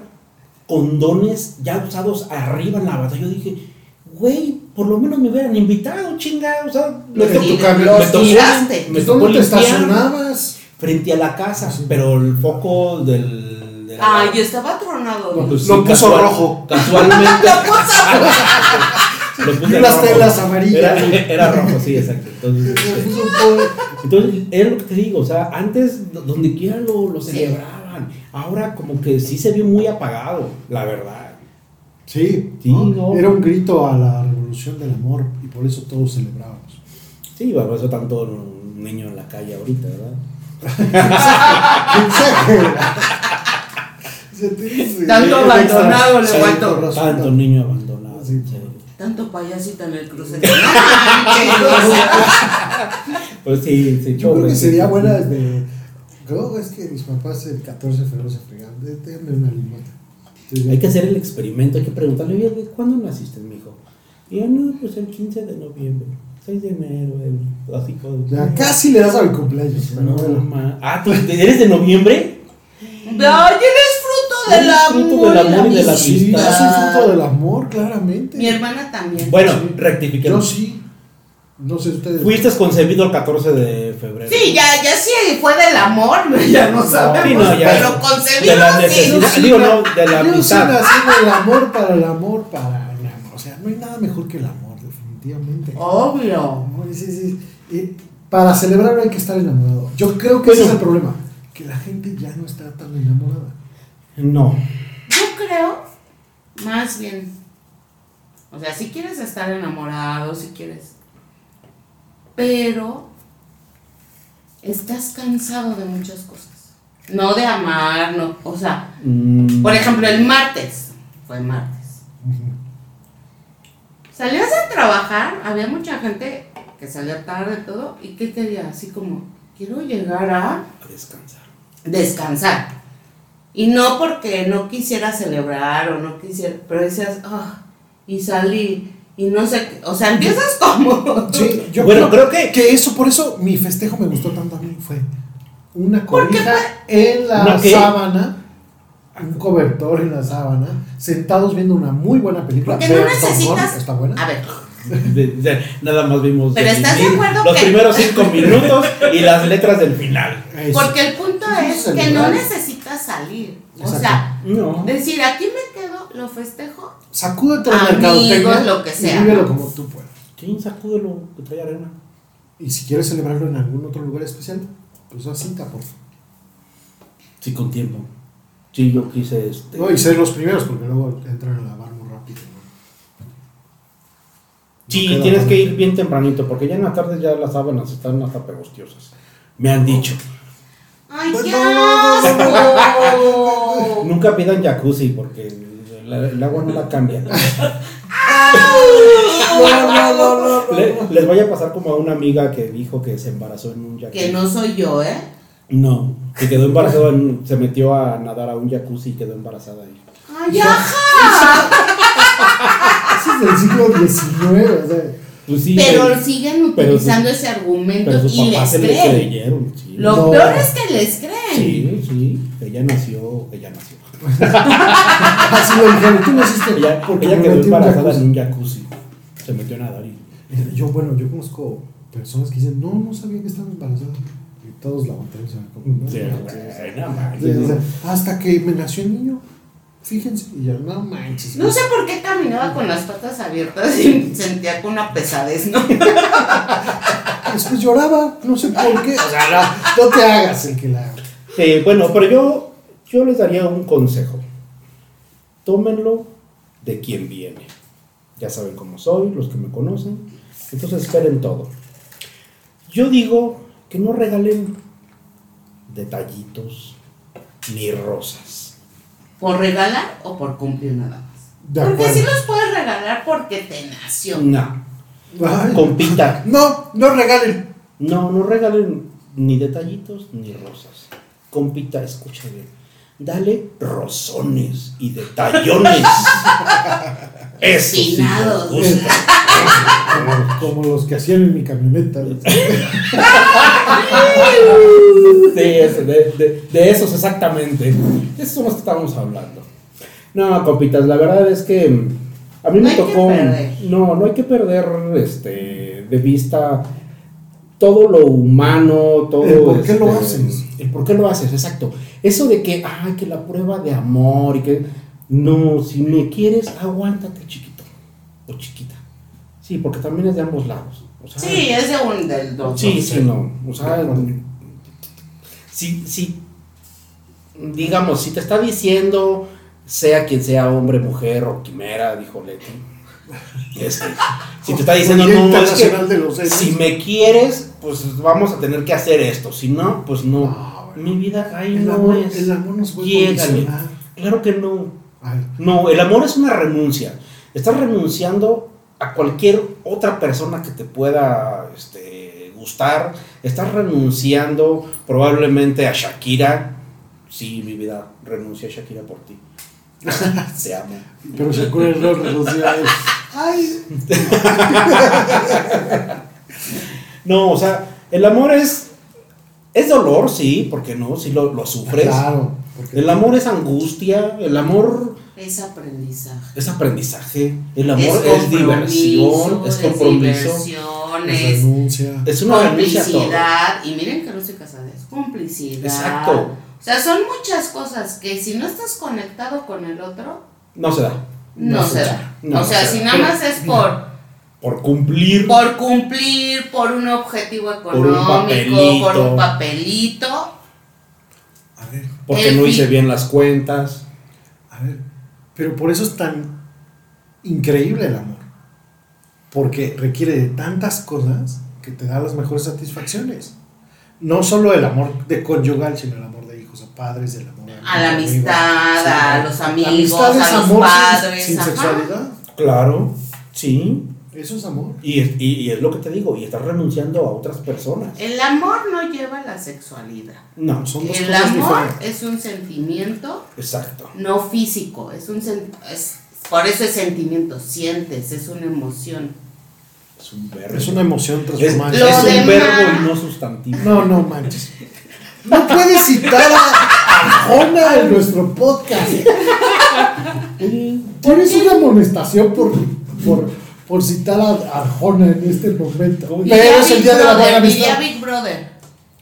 [SPEAKER 5] condones ya usados arriba en la batalla. Yo dije, güey, por lo menos me hubieran invitado, chinga. O sea, me
[SPEAKER 4] Lo que
[SPEAKER 5] tocó,
[SPEAKER 4] tu camión-
[SPEAKER 5] me tocó-
[SPEAKER 2] tiraste.
[SPEAKER 5] me
[SPEAKER 4] Pues,
[SPEAKER 5] tocó
[SPEAKER 4] ¿Dónde te
[SPEAKER 5] limpiar
[SPEAKER 4] estacionabas?
[SPEAKER 5] frente a la casa, pero el foco del. de la-
[SPEAKER 2] Ay, Ah, yo estaba tronado.
[SPEAKER 5] Pues sí,
[SPEAKER 4] Lo puso
[SPEAKER 5] casual-
[SPEAKER 4] rojo.
[SPEAKER 5] Casualmente. Lo puse
[SPEAKER 4] Y las
[SPEAKER 5] rojo.
[SPEAKER 4] telas amarillas.
[SPEAKER 5] Era, era rojo, sí, exacto. Entonces, este, entonces, es lo que te digo, o sea, antes do- donde quiera lo, lo
[SPEAKER 2] Sí.
[SPEAKER 5] celebraban, ahora como que sí se vio muy apagado, la verdad.
[SPEAKER 4] Sí,
[SPEAKER 5] Sí, no.
[SPEAKER 4] Era un grito a la revolución del amor y por eso todos celebrábamos.
[SPEAKER 5] Sí, bueno, eso tanto un niño en la calle ahorita, ¿verdad?
[SPEAKER 4] Se te dice-
[SPEAKER 2] Tanto abandonado, le
[SPEAKER 4] Sí,
[SPEAKER 2] aguanto.
[SPEAKER 4] con
[SPEAKER 5] Tanto
[SPEAKER 4] razón.
[SPEAKER 5] niño abandonado.
[SPEAKER 4] Sí.
[SPEAKER 5] sí.
[SPEAKER 2] Tanto payasito en el crucero. No,
[SPEAKER 5] Pues sí, sí,
[SPEAKER 4] Yo creo
[SPEAKER 5] pobre,
[SPEAKER 4] que
[SPEAKER 5] sí.
[SPEAKER 4] sería buena de. No, es que mis papás el 14 de febrero se fregaron. Dé- Déjame una limota. Entonces,
[SPEAKER 5] Hay que hacer el experimento, hay que preguntarle, oye, güey, ¿cuándo naciste, mijo? Y yo, no, pues el 15 de noviembre, 6 de enero, el- así todo.
[SPEAKER 4] ya casi le das a mi cumpleaños. Pero
[SPEAKER 5] No,
[SPEAKER 4] bueno.
[SPEAKER 5] ma- Ah, ¿tú eres de noviembre?
[SPEAKER 2] yo eres fruto del
[SPEAKER 5] Eres fruto
[SPEAKER 2] amor.
[SPEAKER 5] del amor y de la
[SPEAKER 2] amistad.
[SPEAKER 4] Sí,
[SPEAKER 5] amistad.
[SPEAKER 4] es un fruto del amor, claramente.
[SPEAKER 2] Mi hermana también.
[SPEAKER 5] Bueno,
[SPEAKER 4] Sí. Yo
[SPEAKER 5] rectifiquemos.
[SPEAKER 4] sí. No sé ustedes.
[SPEAKER 5] Fuiste concebido el 14 de febrero.
[SPEAKER 2] Sí, ya, ya sí fue del amor, güey, ya no sabemos.
[SPEAKER 5] Sí, no, ya.
[SPEAKER 2] Pero concebido
[SPEAKER 5] De la
[SPEAKER 2] sí.
[SPEAKER 5] necesidad.
[SPEAKER 4] Sí,
[SPEAKER 5] Digo,
[SPEAKER 4] la-
[SPEAKER 5] no, de
[SPEAKER 4] yo
[SPEAKER 5] la
[SPEAKER 4] sí
[SPEAKER 5] amistad.
[SPEAKER 4] nací del amor para el amor para el amor. O sea, no hay nada mejor que el amor, definitivamente.
[SPEAKER 2] Obvio.
[SPEAKER 4] No, sí, sí. Eh, para celebrar hay que estar enamorado. Yo creo que ese es el problema. Que la gente ya no está tan enamorada.
[SPEAKER 5] No.
[SPEAKER 2] Yo creo, más bien. O sea, si quieres estar enamorado, si quieres. Pero estás cansado de muchas cosas. No de amar, no. O sea,
[SPEAKER 5] Mm,
[SPEAKER 2] por ejemplo, el martes. Fue martes. Salías a trabajar, había mucha gente que salía tarde y todo. ¿Y qué quería? Así como, quiero llegar a
[SPEAKER 5] a descansar.
[SPEAKER 2] descansar. Y no porque no quisiera celebrar o no quisiera, pero decías, "Ah", y salí, y no sé, qué. o sea, empiezas como...
[SPEAKER 4] Sí, yo
[SPEAKER 5] Bueno,
[SPEAKER 4] creo,
[SPEAKER 5] creo que-
[SPEAKER 4] eso, por eso mi festejo me gustó tanto a mí. Fue una
[SPEAKER 2] ¿Por qué
[SPEAKER 4] cobija en la
[SPEAKER 5] ¿Una qué?
[SPEAKER 4] sábana, un cobertor en la sábana, sentados viendo una muy buena película.
[SPEAKER 2] Porque no
[SPEAKER 4] Vean Tom Hanks,
[SPEAKER 2] necesitas-
[SPEAKER 4] Está buena.
[SPEAKER 2] A ver,
[SPEAKER 5] De- de- nada más vimos.
[SPEAKER 2] Pero
[SPEAKER 5] el
[SPEAKER 2] ¿estás de
[SPEAKER 5] inicio,
[SPEAKER 2] acuerdo
[SPEAKER 5] Los
[SPEAKER 2] que-
[SPEAKER 5] primeros 5 minutos y las letras del final.
[SPEAKER 4] Eso.
[SPEAKER 2] porque el punto es
[SPEAKER 4] Eso es
[SPEAKER 2] que no
[SPEAKER 4] celebrar.
[SPEAKER 2] necesitas salir. O
[SPEAKER 4] Exacto.
[SPEAKER 2] sea,
[SPEAKER 5] No.
[SPEAKER 2] decir, aquí me quedo, lo festejo.
[SPEAKER 4] Sacúdete la
[SPEAKER 2] Amigos,
[SPEAKER 4] mercadotecnia
[SPEAKER 2] lo que sea.
[SPEAKER 4] y vívelo como tú puedas.
[SPEAKER 5] Sí, sacúdelo que trae arena.
[SPEAKER 4] Y si quieres celebrarlo en algún otro lugar especial, pues haz cita, por favor.
[SPEAKER 5] Sí, con tiempo. Sí, yo quise este.
[SPEAKER 4] No, y ser los primeros, porque luego entran a lavar muy rápido. ¿no?
[SPEAKER 5] Sí,
[SPEAKER 4] No queda
[SPEAKER 5] tienes
[SPEAKER 4] tan-
[SPEAKER 5] que ir bien tempranito, porque ya en la tarde ya las sábanas están hasta pegostiosas. Me han dicho.
[SPEAKER 2] ¡Ay,
[SPEAKER 4] Pues
[SPEAKER 2] qué
[SPEAKER 4] no, no, no,
[SPEAKER 2] asco!
[SPEAKER 5] Nunca pidan jacuzzi, porque la- el agua no la cambia.
[SPEAKER 4] No, no, no, no,
[SPEAKER 5] Le-
[SPEAKER 4] no.
[SPEAKER 5] les vaya a pasar como a una amiga que dijo que se embarazó en un jacuzzi.
[SPEAKER 2] Que no soy yo, ¿eh?
[SPEAKER 5] No, que quedó embarazada, en- se metió a nadar a un jacuzzi y quedó embarazada ahí.
[SPEAKER 2] ¡Ay, ajá!
[SPEAKER 4] Eso es del siglo XIX, o sea,
[SPEAKER 5] Pues sí,
[SPEAKER 2] Pero
[SPEAKER 5] pero-
[SPEAKER 2] siguen
[SPEAKER 5] pero
[SPEAKER 2] utilizando ese argumento
[SPEAKER 5] pero sus
[SPEAKER 2] y les
[SPEAKER 5] papás se le
[SPEAKER 2] creen.
[SPEAKER 5] creyeron. Sí,
[SPEAKER 2] Lo
[SPEAKER 4] No.
[SPEAKER 2] peor es que les creen.
[SPEAKER 5] sí, sí, ella nació, ella nació.
[SPEAKER 4] así lo dijeron, tú no hiciste
[SPEAKER 5] Ella,
[SPEAKER 4] porque
[SPEAKER 5] ella
[SPEAKER 4] me
[SPEAKER 5] quedó
[SPEAKER 4] metí un
[SPEAKER 5] embarazada
[SPEAKER 4] jacuzzi.
[SPEAKER 5] en un jacuzzi, se metió a nadar y...
[SPEAKER 4] Yo, bueno, yo conozco personas que dicen, no, no sabía que estaba embarazada. Y todos la aguantamos en el coco, ¿no?
[SPEAKER 5] Sí,
[SPEAKER 4] Entonces,
[SPEAKER 5] güey, no manches.
[SPEAKER 4] sí, o sea, hasta que me nació el niño, fíjense, y ya, no manches. pues,
[SPEAKER 2] No sé por qué caminaba con las patas abiertas y sentía con una pesadez, ¿no?
[SPEAKER 4] Después pues, lloraba, no sé por qué. O sea, no, no te hagas el que la.
[SPEAKER 5] Eh, bueno, pero yo, yo les daría un consejo. Tómenlo de quien viene. Ya saben cómo soy, los que me conocen. Entonces esperen todo. Yo digo que no regalen detallitos ni rosas.
[SPEAKER 2] ¿Por regalar o por cumplir nada más?
[SPEAKER 4] De
[SPEAKER 2] porque
[SPEAKER 4] acuerdo.
[SPEAKER 2] sí los puedes regalar porque te nació.
[SPEAKER 5] No.
[SPEAKER 4] Ay,
[SPEAKER 5] Compita.
[SPEAKER 4] No, no regalen.
[SPEAKER 5] No, no regalen ni detallitos ni rosas. Compita, escucha bien. Dale rosones y detallones. Eso sí nos
[SPEAKER 2] Finados.
[SPEAKER 5] gusta.
[SPEAKER 4] Como los que hacían en mi camioneta.
[SPEAKER 5] Sí, eso, de, de- de esos exactamente. De esos son los que estábamos hablando. No, compitas, la verdad es que mm, a mí
[SPEAKER 2] No
[SPEAKER 5] me
[SPEAKER 2] hay que
[SPEAKER 5] tocó.
[SPEAKER 2] perder.
[SPEAKER 5] No, no hay que perder este, de vista todo lo humano, todo.
[SPEAKER 4] El por qué
[SPEAKER 5] este,
[SPEAKER 4] lo haces.
[SPEAKER 5] El por qué lo haces, exacto. Eso de que, ay, que la prueba de amor y que. No, si me quieres, aguántate, chiquito. O chiquita. Sí, porque también es de ambos lados. O sea,
[SPEAKER 2] Sí, es de un del dos.
[SPEAKER 5] Sí, sí, no. O sea, si, si, digamos, si te está diciendo, sea quien sea, hombre, mujer o quimera, dijo Leti, este, si te está diciendo,
[SPEAKER 4] Día
[SPEAKER 5] no, es que
[SPEAKER 4] internacional de los héroes.
[SPEAKER 5] si me quieres, pues vamos a tener que hacer esto, si no, pues no.
[SPEAKER 4] No, bueno.
[SPEAKER 5] Mi vida, ahí
[SPEAKER 4] el,
[SPEAKER 5] no
[SPEAKER 4] amor,
[SPEAKER 5] es.
[SPEAKER 4] el amor nos puede
[SPEAKER 5] Llégale.
[SPEAKER 4] condicionar.
[SPEAKER 5] Claro que no.
[SPEAKER 4] Ay,
[SPEAKER 5] No, el amor es una renuncia. Estás renunciando a cualquier otra persona que te pueda este, gustar. Estás renunciando probablemente a Shakira. Sí, mi vida, renuncia a Shakira por ti. Te amo.
[SPEAKER 4] pero se acuerda el error de los días. Ay,
[SPEAKER 5] No, o sea, el amor es. Es dolor, sí, porque no, si lo, lo sufres.
[SPEAKER 4] claro. porque-
[SPEAKER 5] El amor es angustia, el amor
[SPEAKER 2] Es aprendizaje.
[SPEAKER 5] es aprendizaje, el amor es,
[SPEAKER 2] compromiso,
[SPEAKER 5] diversión, es compromiso.
[SPEAKER 2] Es diversión,
[SPEAKER 4] es
[SPEAKER 2] es
[SPEAKER 4] renuncia.
[SPEAKER 5] Es una renuncia a todo.
[SPEAKER 2] complicidad. Y miren que no soy casada, es complicidad.
[SPEAKER 5] Exacto.
[SPEAKER 2] O sea, son muchas cosas que si no estás conectado con el otro,
[SPEAKER 5] No se da.
[SPEAKER 2] no,
[SPEAKER 4] No
[SPEAKER 2] se
[SPEAKER 4] se
[SPEAKER 2] da.
[SPEAKER 5] no
[SPEAKER 2] o sea,
[SPEAKER 5] se
[SPEAKER 2] si
[SPEAKER 5] da.
[SPEAKER 2] nada más es por,
[SPEAKER 5] Por cumplir.
[SPEAKER 2] por cumplir, por un objetivo
[SPEAKER 5] un
[SPEAKER 2] económico, por
[SPEAKER 5] papelito.
[SPEAKER 2] un papelito,
[SPEAKER 4] A ver,
[SPEAKER 5] Porque
[SPEAKER 2] El
[SPEAKER 5] no
[SPEAKER 2] fin.
[SPEAKER 5] hice bien las cuentas.
[SPEAKER 4] a ver. Pero por eso es tan increíble el amor. Porque requiere de tantas cosas que te da las mejores satisfacciones. No solo el amor de conyugal, sino el amor de hijos a padres, el amor
[SPEAKER 2] a la
[SPEAKER 4] amigos,
[SPEAKER 2] amistad,
[SPEAKER 4] sí,
[SPEAKER 2] a
[SPEAKER 4] la-
[SPEAKER 2] los
[SPEAKER 4] la
[SPEAKER 2] amigos,
[SPEAKER 4] amistad es
[SPEAKER 2] a los
[SPEAKER 4] amor sin-
[SPEAKER 2] padres.
[SPEAKER 4] Sin,
[SPEAKER 2] ajá.
[SPEAKER 4] sexualidad.
[SPEAKER 5] Claro, sí.
[SPEAKER 4] Eso es amor.
[SPEAKER 5] Y, es- y- y es lo que te digo, y estás renunciando a otras personas.
[SPEAKER 2] El amor no lleva a la sexualidad.
[SPEAKER 5] No,
[SPEAKER 4] Son dos
[SPEAKER 2] El
[SPEAKER 4] cosas
[SPEAKER 2] amor
[SPEAKER 4] diferentes.
[SPEAKER 2] es un sentimiento
[SPEAKER 5] exacto.
[SPEAKER 2] no físico, es un sen- es- por eso es sentimiento, sientes, es una emoción.
[SPEAKER 5] Es un verbo.
[SPEAKER 4] Es una emoción transformada.
[SPEAKER 5] Es-
[SPEAKER 2] Lo
[SPEAKER 5] es un
[SPEAKER 2] demás-
[SPEAKER 5] verbo y no sustantivo.
[SPEAKER 4] No, no manches. No puedes citar a Arjona en nuestro podcast. Mm, Tienes una amonestación por, por, por citar a Arjona en este momento. Pero
[SPEAKER 2] Diría
[SPEAKER 4] es el
[SPEAKER 2] Big
[SPEAKER 4] día de la
[SPEAKER 2] Brother,
[SPEAKER 4] buena
[SPEAKER 2] diría
[SPEAKER 4] amistad.
[SPEAKER 2] Big Brother.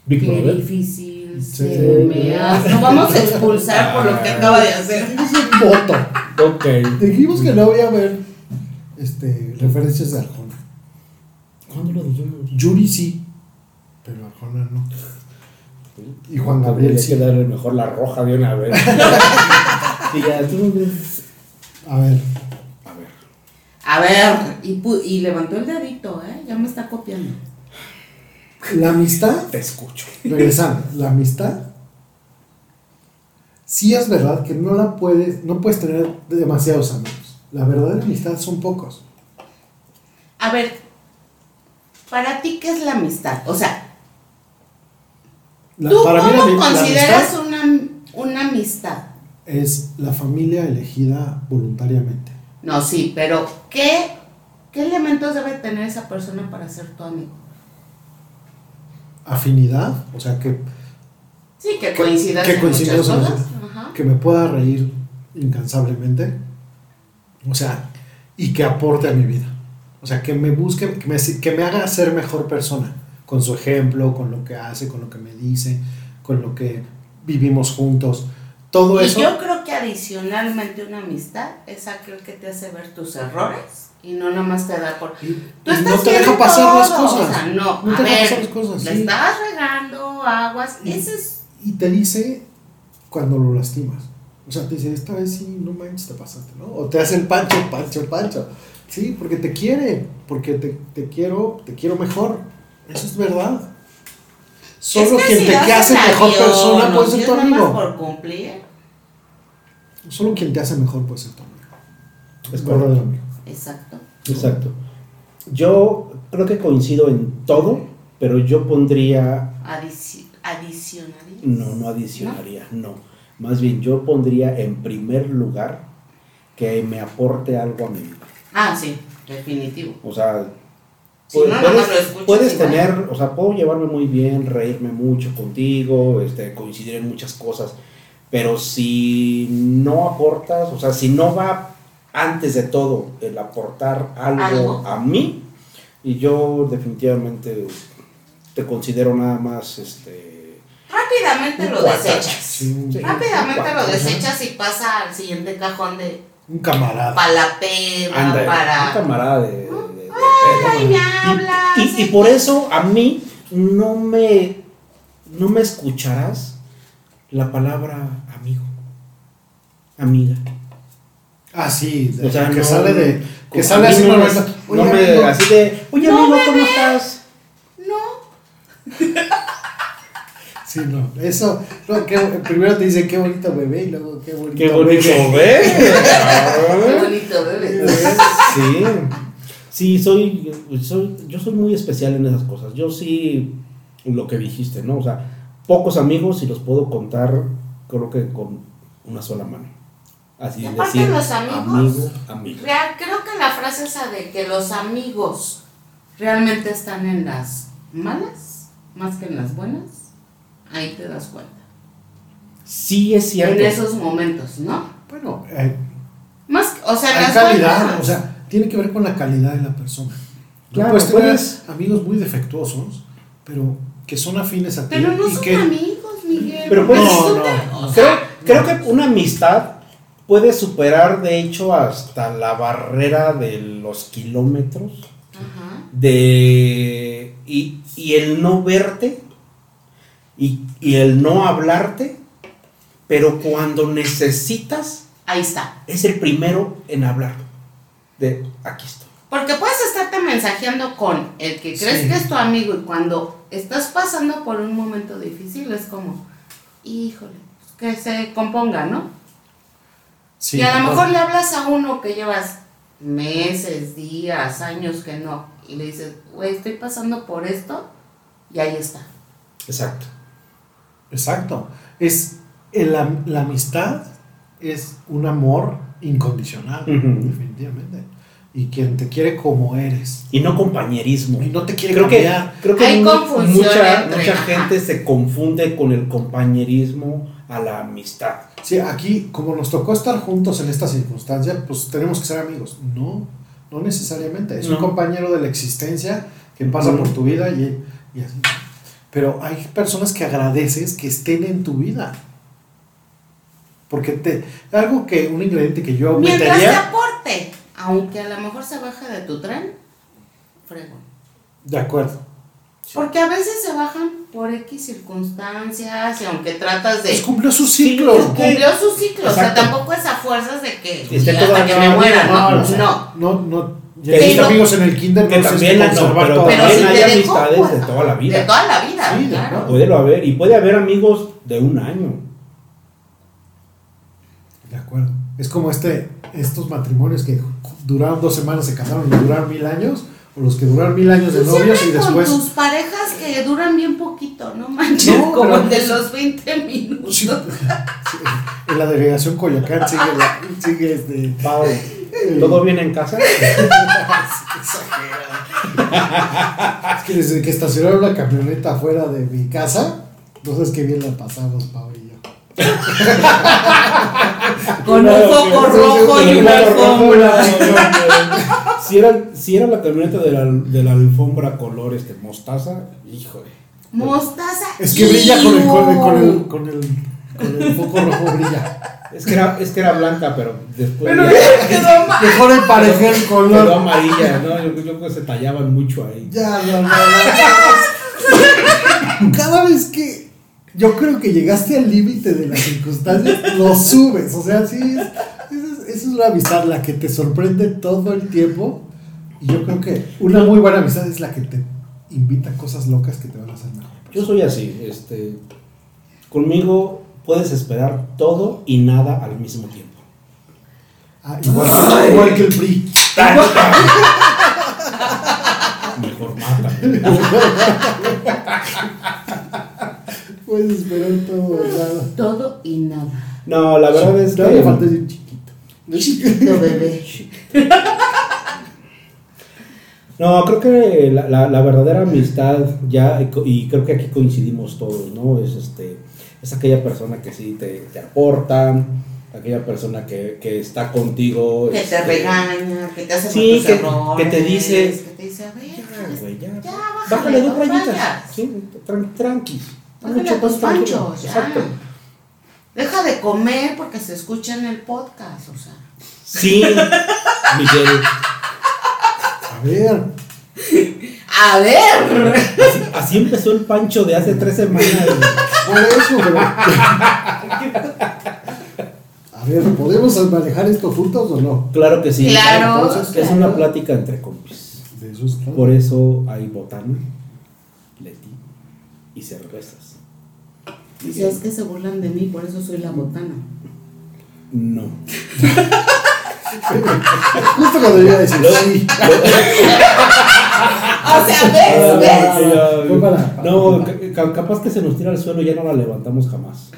[SPEAKER 5] Big
[SPEAKER 2] Qué
[SPEAKER 5] Brother.
[SPEAKER 2] difícil
[SPEAKER 4] Sí.
[SPEAKER 2] se me hace. Lo vamos a expulsar por lo que acaba de hacer.
[SPEAKER 4] Es un voto.
[SPEAKER 5] Ok.
[SPEAKER 4] Dijimos que no voy a ver este, referencias de Arjona.
[SPEAKER 5] ¿Cuándo lo dijimos?
[SPEAKER 4] Yuri sí, pero Arjona no. Y Juan Gabriel
[SPEAKER 5] Habría
[SPEAKER 4] sí.
[SPEAKER 5] que darle mejor la roja de una vez. y ya, tú-
[SPEAKER 4] A ver,
[SPEAKER 5] A ver.
[SPEAKER 2] A ver, y, pu- y levantó el dedito, ¿eh? Ya me está copiando.
[SPEAKER 4] la amistad
[SPEAKER 5] Te escucho.
[SPEAKER 4] Regresando, la amistad. Sí es verdad que no la puedes, no puedes tener demasiados amigos. La verdadera amistad son pocos.
[SPEAKER 2] A ver, ¿para ti qué es la amistad? O sea,
[SPEAKER 4] La-
[SPEAKER 2] ¿tú
[SPEAKER 4] para mí la,
[SPEAKER 2] cómo
[SPEAKER 4] ami- la
[SPEAKER 2] consideras
[SPEAKER 4] amistad
[SPEAKER 2] una, una amistad?
[SPEAKER 4] es la familia elegida voluntariamente.
[SPEAKER 2] No, sí, pero ¿qué, qué elementos debe tener esa persona para ser tu amigo?
[SPEAKER 4] Afinidad, o sea que,
[SPEAKER 2] Sí, que
[SPEAKER 4] Que-
[SPEAKER 2] coincidas
[SPEAKER 4] que
[SPEAKER 2] en
[SPEAKER 4] coincidamos
[SPEAKER 2] muchas
[SPEAKER 4] en
[SPEAKER 2] cosas.
[SPEAKER 4] eso.
[SPEAKER 2] Ajá.
[SPEAKER 4] que me pueda reír incansablemente. O sea, y que aporte a mi vida. O sea, que me busque, que me, que me haga ser mejor persona. Con su ejemplo, con lo que hace, con lo que me dice, con lo que vivimos juntos. Todo
[SPEAKER 2] Y
[SPEAKER 4] eso.
[SPEAKER 2] yo creo que adicionalmente una amistad es aquel que te hace ver tus errores y no nomás te da por... Tú
[SPEAKER 4] Y
[SPEAKER 2] estás
[SPEAKER 4] no te
[SPEAKER 2] viendo
[SPEAKER 4] deja pasar las
[SPEAKER 2] todo,
[SPEAKER 4] cosas.
[SPEAKER 2] O sea, no,
[SPEAKER 4] No
[SPEAKER 2] a
[SPEAKER 4] te deja
[SPEAKER 2] ver,
[SPEAKER 4] pasar las cosas,
[SPEAKER 2] le
[SPEAKER 4] sí.
[SPEAKER 2] estabas regando aguas,
[SPEAKER 4] Y-
[SPEAKER 2] ese es...
[SPEAKER 4] Y te dice cuando lo lastimas. O sea, te dice, esta vez sí, no manches, te pasaste, ¿no? O te hace el pancho, pancho, pancho. Sí, porque te quiere, porque te, te quiero, te quiero mejor. Eso es verdad. Solo
[SPEAKER 2] Es que
[SPEAKER 4] quien
[SPEAKER 2] si
[SPEAKER 4] te
[SPEAKER 2] haces
[SPEAKER 4] hace mejor
[SPEAKER 2] adiós,
[SPEAKER 4] persona
[SPEAKER 2] no,
[SPEAKER 4] puede ser
[SPEAKER 2] yo
[SPEAKER 4] tu
[SPEAKER 2] nada más
[SPEAKER 4] amigo.
[SPEAKER 2] por cumplir.
[SPEAKER 4] Solo quien te hace mejor puede ser tu amigo.
[SPEAKER 5] Es correcto.
[SPEAKER 4] Verdadero amigo.
[SPEAKER 2] Exacto.
[SPEAKER 5] Exacto. Yo creo que coincido en todo, pero yo pondría
[SPEAKER 2] Adici- adicionaría.
[SPEAKER 5] No, no adicionaría, no. Más bien, yo pondría en primer lugar que me aporte algo a mi vida.
[SPEAKER 2] Ah, sí, definitivo.
[SPEAKER 5] O sea,
[SPEAKER 2] Si
[SPEAKER 5] pu-
[SPEAKER 2] no, nada más lo
[SPEAKER 5] puedes,
[SPEAKER 2] escuchas
[SPEAKER 5] puedes
[SPEAKER 2] y va.
[SPEAKER 5] tener, o sea, puedo llevarme muy bien, reírme mucho contigo, este, coincidir en muchas cosas, pero si no aportas, o sea, si no va antes de todo el aportar algo,
[SPEAKER 2] Algo.
[SPEAKER 5] a mí, y yo definitivamente te considero nada más, este,
[SPEAKER 2] Rápidamente
[SPEAKER 5] Un
[SPEAKER 2] lo
[SPEAKER 5] cuartazo,
[SPEAKER 2] desechas.
[SPEAKER 4] Sí, un,
[SPEAKER 5] Sí.
[SPEAKER 2] Rápidamente lo
[SPEAKER 5] Cuartazo.
[SPEAKER 2] desechas y pasa al siguiente cajón de
[SPEAKER 4] un camarada.
[SPEAKER 2] para la peda,
[SPEAKER 5] Ándale, un
[SPEAKER 2] para.
[SPEAKER 5] camarada de, de- de- de
[SPEAKER 2] Ay,
[SPEAKER 5] pedo.
[SPEAKER 2] me
[SPEAKER 5] Y,
[SPEAKER 2] hablas.
[SPEAKER 5] y- y por eso a mí no me, no me escucharás la palabra amigo, amiga.
[SPEAKER 4] Ah, sí, de-
[SPEAKER 5] O sea,
[SPEAKER 4] que
[SPEAKER 5] no-
[SPEAKER 4] sale de. Que
[SPEAKER 5] Como
[SPEAKER 4] sale
[SPEAKER 5] a mí
[SPEAKER 4] así
[SPEAKER 5] no,
[SPEAKER 4] por la
[SPEAKER 5] me-
[SPEAKER 4] ventana,
[SPEAKER 5] no
[SPEAKER 4] "Oye,
[SPEAKER 5] me-
[SPEAKER 4] amigo".
[SPEAKER 5] así de, oye
[SPEAKER 2] No
[SPEAKER 5] amigo,
[SPEAKER 2] me
[SPEAKER 5] ¿cómo
[SPEAKER 2] veas".
[SPEAKER 5] estás?
[SPEAKER 2] No,
[SPEAKER 4] Sí, no. Eso, no, qué- primero te dice qué bonito bebé y luego qué bonito. bebé".
[SPEAKER 2] qué
[SPEAKER 5] ¿ves?
[SPEAKER 2] bonito bebé.
[SPEAKER 5] Sí. Sí, soy, soy, yo soy muy especial en esas cosas. Yo sí, lo que dijiste, ¿no? O sea, pocos amigos y los puedo contar, creo que con una sola mano. Así
[SPEAKER 2] Y
[SPEAKER 5] de
[SPEAKER 2] aparte
[SPEAKER 5] decir,
[SPEAKER 2] los amigos-
[SPEAKER 5] amigo, amigo.
[SPEAKER 2] Real, creo que la frase esa de que los amigos realmente están en las malas más que en las buenas, ahí te das cuenta.
[SPEAKER 5] Sí es cierto.
[SPEAKER 2] En esos momentos, ¿no?
[SPEAKER 4] Bueno, eh,
[SPEAKER 2] Más, que- o sea, en
[SPEAKER 4] hay
[SPEAKER 2] las
[SPEAKER 4] calidad,
[SPEAKER 2] buenas-
[SPEAKER 4] o sea, tiene que ver con la calidad de la persona. Tú
[SPEAKER 5] Claro,
[SPEAKER 4] puedes tener
[SPEAKER 5] puedes-
[SPEAKER 4] amigos muy defectuosos, pero que son afines a ti.
[SPEAKER 2] pero no
[SPEAKER 4] y
[SPEAKER 2] son
[SPEAKER 4] que,
[SPEAKER 2] amigos, Miguel.
[SPEAKER 5] Pero
[SPEAKER 2] porque
[SPEAKER 5] pues-
[SPEAKER 2] si
[SPEAKER 4] no,
[SPEAKER 2] tú
[SPEAKER 4] no,
[SPEAKER 2] te-
[SPEAKER 4] no.
[SPEAKER 2] o sea,
[SPEAKER 5] Creo, creo que una amistad puede superar, de hecho, hasta la barrera de los kilómetros.
[SPEAKER 2] Ajá.
[SPEAKER 5] de y, y el no verte y, y el no hablarte, pero cuando necesitas
[SPEAKER 2] Ahí está.
[SPEAKER 5] es el primero en hablar. De aquí estoy.
[SPEAKER 2] Porque puedes estarte mensajeando con el que crees
[SPEAKER 4] Sí.
[SPEAKER 2] que es tu amigo y cuando estás pasando por un momento difícil es como, híjole, pues, que se componga, ¿no?
[SPEAKER 4] Sí,
[SPEAKER 2] y a lo
[SPEAKER 4] claro.
[SPEAKER 2] mejor le hablas a uno que llevas meses, días, años que no, y le dices, güey, estoy pasando por esto, y ahí está.
[SPEAKER 5] Exacto.
[SPEAKER 4] Exacto. Es el am- la amistad es un amor incondicional,
[SPEAKER 5] Ujú.
[SPEAKER 4] definitivamente. Y quien te quiere como eres.
[SPEAKER 5] Y no compañerismo.
[SPEAKER 4] Y no te quiere
[SPEAKER 5] Creo que,
[SPEAKER 4] cambiar.
[SPEAKER 5] creo que
[SPEAKER 2] Hay
[SPEAKER 5] mu-
[SPEAKER 2] confusión
[SPEAKER 5] mucha,
[SPEAKER 2] entre-
[SPEAKER 5] mucha
[SPEAKER 2] ajá.
[SPEAKER 5] gente se confunde con el compañerismo a la amistad.
[SPEAKER 4] Sí, aquí, como nos tocó estar juntos en esta circunstancia, pues tenemos que ser amigos. No, no necesariamente. Es un
[SPEAKER 5] No.
[SPEAKER 4] compañero de la existencia que pasa
[SPEAKER 5] Ujú.
[SPEAKER 4] por tu vida y, y así. Pero hay personas que agradeces que estén en tu vida. Porque te, algo que, un ingrediente que yo
[SPEAKER 2] Mientras te
[SPEAKER 4] aumentaría.
[SPEAKER 2] aporte, aunque a lo mejor se baja de tu tren, fregón.
[SPEAKER 4] De acuerdo.
[SPEAKER 2] Porque a veces se bajan por X circunstancias y aunque tratas de...
[SPEAKER 4] Pues cumplió su
[SPEAKER 5] Sí,
[SPEAKER 4] ciclo.
[SPEAKER 5] es que-
[SPEAKER 2] cumplió su ciclo, o sea,
[SPEAKER 5] Exacto.
[SPEAKER 2] tampoco es a fuerzas de que,
[SPEAKER 5] Esté
[SPEAKER 2] hasta
[SPEAKER 5] toda
[SPEAKER 2] que
[SPEAKER 5] la
[SPEAKER 2] me
[SPEAKER 5] vida,
[SPEAKER 2] muera, no,
[SPEAKER 5] no,
[SPEAKER 2] no,
[SPEAKER 5] o sea,
[SPEAKER 4] No, no. Ya
[SPEAKER 5] Que
[SPEAKER 4] tienes
[SPEAKER 2] no-
[SPEAKER 4] amigos en el kinder,
[SPEAKER 5] Que
[SPEAKER 4] no tienes
[SPEAKER 5] también, la- no,
[SPEAKER 4] conservar
[SPEAKER 5] pero
[SPEAKER 4] todo.
[SPEAKER 2] Pero
[SPEAKER 5] también
[SPEAKER 2] si
[SPEAKER 5] hay
[SPEAKER 2] te dejó,
[SPEAKER 5] amistades
[SPEAKER 2] pues,
[SPEAKER 5] de toda la vida.
[SPEAKER 2] de toda la vida,
[SPEAKER 4] Sí, de
[SPEAKER 2] claro.
[SPEAKER 5] Puede lo haber, y puede haber amigos de un año.
[SPEAKER 4] De acuerdo. Es como este, estos matrimonios que duraron dos semanas, se casaron y duraron mil años, o los que duraron mil años de
[SPEAKER 2] Tú
[SPEAKER 4] novios y
[SPEAKER 2] Pues siempre con
[SPEAKER 4] después.
[SPEAKER 2] tus parejas que duran bien poquito, no manches,
[SPEAKER 4] No,
[SPEAKER 2] como
[SPEAKER 4] pero-
[SPEAKER 2] el de los 20 minutos.
[SPEAKER 4] Sí. En la delegación Coyoacán sigue, la- sigue este.
[SPEAKER 5] Pau, ¿Todo bien en casa?
[SPEAKER 4] Es que desde que estacionaron la camioneta afuera de mi casa, entonces qué bien la pasamos, Pablo y yo.
[SPEAKER 2] Con un foco rojo y una alfombra.
[SPEAKER 5] Si era, si era la camioneta de la, de la alfombra color este, mostaza, híjole.
[SPEAKER 2] Mostaza.
[SPEAKER 4] Es que brilla con el, con el, con el,
[SPEAKER 2] ¡Iu!
[SPEAKER 4] con el, con el foco rojo, brilla.
[SPEAKER 5] Es que era, es que era blanca, pero después
[SPEAKER 2] Pero
[SPEAKER 5] ya
[SPEAKER 2] ya quedó mal.
[SPEAKER 4] Mejor emparejé el
[SPEAKER 5] quedó
[SPEAKER 4] color.
[SPEAKER 5] amarilla, ¿no? Yo, yo creo que se tallaban mucho ahí.
[SPEAKER 4] Ya, no, no, no. Cada vez que yo creo que llegaste al límite de las circunstancias, lo subes. O sea, sí, es, es- es esa es una amistad la que te sorprende todo el tiempo. Y yo creo que una muy buena amistad es la que te invita a cosas locas que te van a hacer mejor.
[SPEAKER 5] Yo soy así, este. Conmigo puedes esperar todo y nada al mismo tiempo.
[SPEAKER 4] Ah, igual, que- igual que el PRI.
[SPEAKER 5] Mejor mata.
[SPEAKER 4] Puedes esperar todo, nada.
[SPEAKER 2] Todo y nada.
[SPEAKER 5] No, la verdad es
[SPEAKER 4] Nada le falta
[SPEAKER 5] que.
[SPEAKER 4] decir chiquito.
[SPEAKER 2] Chiquito bebé.
[SPEAKER 5] No, creo que la, la- la verdadera amistad ya, y co- y creo que aquí coincidimos todos, ¿no? Es este. Es aquella persona que sí te, te aporta, aquella persona que, que está contigo.
[SPEAKER 2] Que te
[SPEAKER 5] este,
[SPEAKER 2] regaña, que te hace
[SPEAKER 5] Sí,
[SPEAKER 2] ver tus
[SPEAKER 5] que-
[SPEAKER 2] errores,
[SPEAKER 5] que te dice-
[SPEAKER 2] Que te dice, a ver,
[SPEAKER 5] Ya, güey, ya.
[SPEAKER 2] ya,
[SPEAKER 5] Bájale dos
[SPEAKER 2] rayas.
[SPEAKER 5] rayitas. Sí, tran- tranqui.
[SPEAKER 2] Bájale
[SPEAKER 5] Mucho
[SPEAKER 2] a tus
[SPEAKER 5] más tranquilo.
[SPEAKER 2] panchos, ya.
[SPEAKER 5] Exacto.
[SPEAKER 2] Deja de comer porque se escucha en el podcast, o sea.
[SPEAKER 5] Sí, Miguel.
[SPEAKER 4] A ver,
[SPEAKER 2] A ver.
[SPEAKER 5] Así, así empezó el pancho de hace tres semanas.
[SPEAKER 4] por eso, pero- A ver, ¿podemos manejar esto juntos o no?
[SPEAKER 5] Claro que sí.
[SPEAKER 2] Claro,
[SPEAKER 5] Entonces, es
[SPEAKER 2] claro.
[SPEAKER 5] una plática entre compis.
[SPEAKER 4] De eso es claro.
[SPEAKER 5] Por eso hay botán, leti y cervezas.
[SPEAKER 2] Si es que se burlan de mí, por eso soy la botana.
[SPEAKER 5] No.
[SPEAKER 4] Justo cuando yo iba a decir, sí.
[SPEAKER 2] O sea,
[SPEAKER 4] Ah,
[SPEAKER 2] ¿ves? ¿Ves?
[SPEAKER 4] Fue para-
[SPEAKER 5] No, ca- ca- capaz que se nos tira al suelo y ya no la levantamos jamás.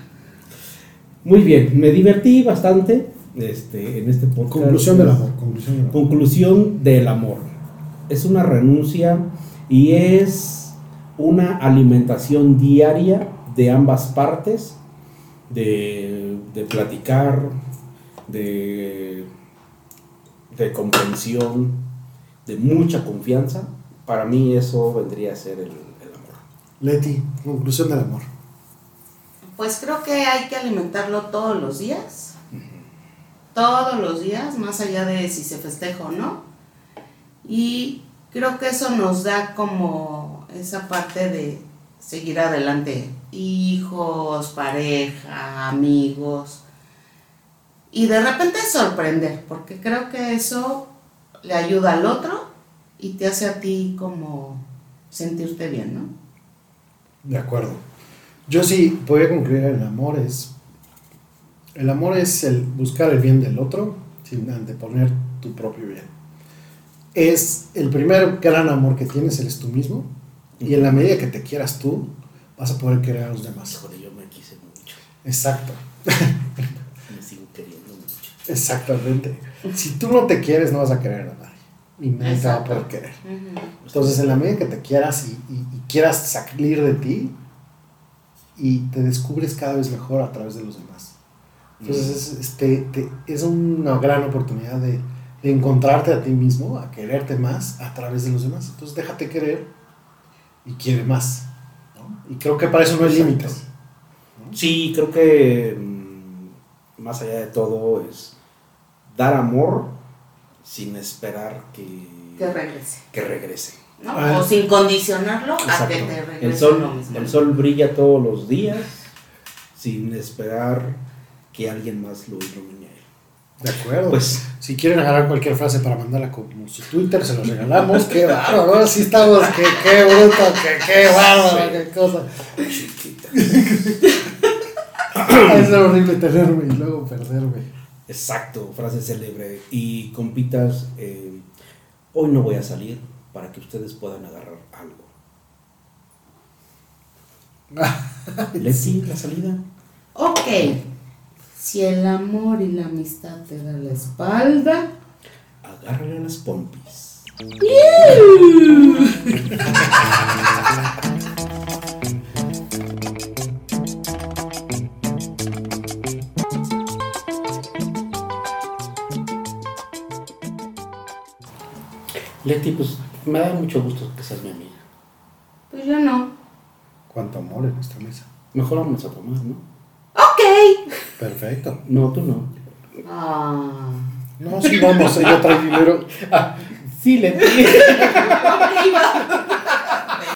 [SPEAKER 5] Muy bien, me divertí bastante este, en este podcast.
[SPEAKER 4] Conclusión del amor, conclusión del amor.
[SPEAKER 5] Conclusión del amor. Es una renuncia y es una alimentación diaria de ambas partes, de, de platicar, de, de comprensión, de mucha confianza. Para mí eso vendría a ser el, el amor.
[SPEAKER 4] Leti, conclusión del amor.
[SPEAKER 2] Pues creo que hay que alimentarlo todos los días. Todos los días, más allá de si se festeja o no. Y creo que eso nos da como esa parte de seguir adelante. Hijos, pareja, amigos. Y de repente sorprender, porque creo que eso le ayuda al otro y te hace a ti como sentirte bien, ¿no?
[SPEAKER 4] De acuerdo. Yo sí podría concluir el amor es. El amor es el buscar el bien del otro sin anteponer tu propio bien. Es el primer gran amor que tienes, eres tú mismo. Y en la medida que te quieras tú, vas a poder querer a los demás.
[SPEAKER 5] Híjole, yo me quise mucho,
[SPEAKER 4] Exacto,
[SPEAKER 5] me sigo queriendo mucho.
[SPEAKER 4] exactamente. Si tú no te quieres, no vas a querer a nadie. Y nadie te va a
[SPEAKER 2] Exacto.
[SPEAKER 4] poder querer. Entonces, en la medida que te quieras y, y- y quieras salir de ti, y te descubres cada vez mejor a través de los demás.
[SPEAKER 5] Mm.
[SPEAKER 4] Entonces, es, este, te- es una gran oportunidad de, de encontrarte a ti mismo, a quererte más a través de los demás. Entonces, déjate querer y quiere más. ¿no? Y creo que para eso no hay
[SPEAKER 5] Exacto.
[SPEAKER 4] límites.
[SPEAKER 5] Sí, creo que mm, más allá de todo es dar amor sin esperar que,
[SPEAKER 2] Que regrese.
[SPEAKER 5] que regrese.
[SPEAKER 2] ¿no?
[SPEAKER 4] Ah.
[SPEAKER 2] O sin condicionarlo a
[SPEAKER 5] Exacto.
[SPEAKER 2] que te regrese
[SPEAKER 5] El
[SPEAKER 2] lo
[SPEAKER 5] sol,
[SPEAKER 2] mismo.
[SPEAKER 5] el sol brilla todos los días sin esperar que alguien más lo ilumine. a él.
[SPEAKER 4] De acuerdo.
[SPEAKER 5] Pues
[SPEAKER 4] Si quieren agarrar cualquier frase para mandarla como su Twitter, se los regalamos. Qué bárbaro, ¿no? Así estamos, qué, qué bruto, qué, qué bárbaro, qué cosa.
[SPEAKER 5] chiquita.
[SPEAKER 4] es horrible tenerme y luego perderme.
[SPEAKER 5] Exacto, frase célebre. Y compitas, eh, hoy no voy a salir para que ustedes puedan agarrar algo.
[SPEAKER 2] Ah,
[SPEAKER 5] Leti, la salida.
[SPEAKER 2] Ok. Si el amor y la amistad te dan la espalda.
[SPEAKER 5] Agárrale a las pompis.
[SPEAKER 2] Mm.
[SPEAKER 5] Leti, pues me da mucho gusto que seas mi amiga.
[SPEAKER 2] Pues yo no.
[SPEAKER 4] Cuánto amor en nuestra mesa.
[SPEAKER 5] Mejor vamos a tomar, ¿no?
[SPEAKER 2] Ok.
[SPEAKER 4] Perfecto.
[SPEAKER 5] No, tú no.
[SPEAKER 2] Ah.
[SPEAKER 4] No, sí, vamos, ella trae dinero.
[SPEAKER 5] Sí, Leti.
[SPEAKER 2] Ok, va.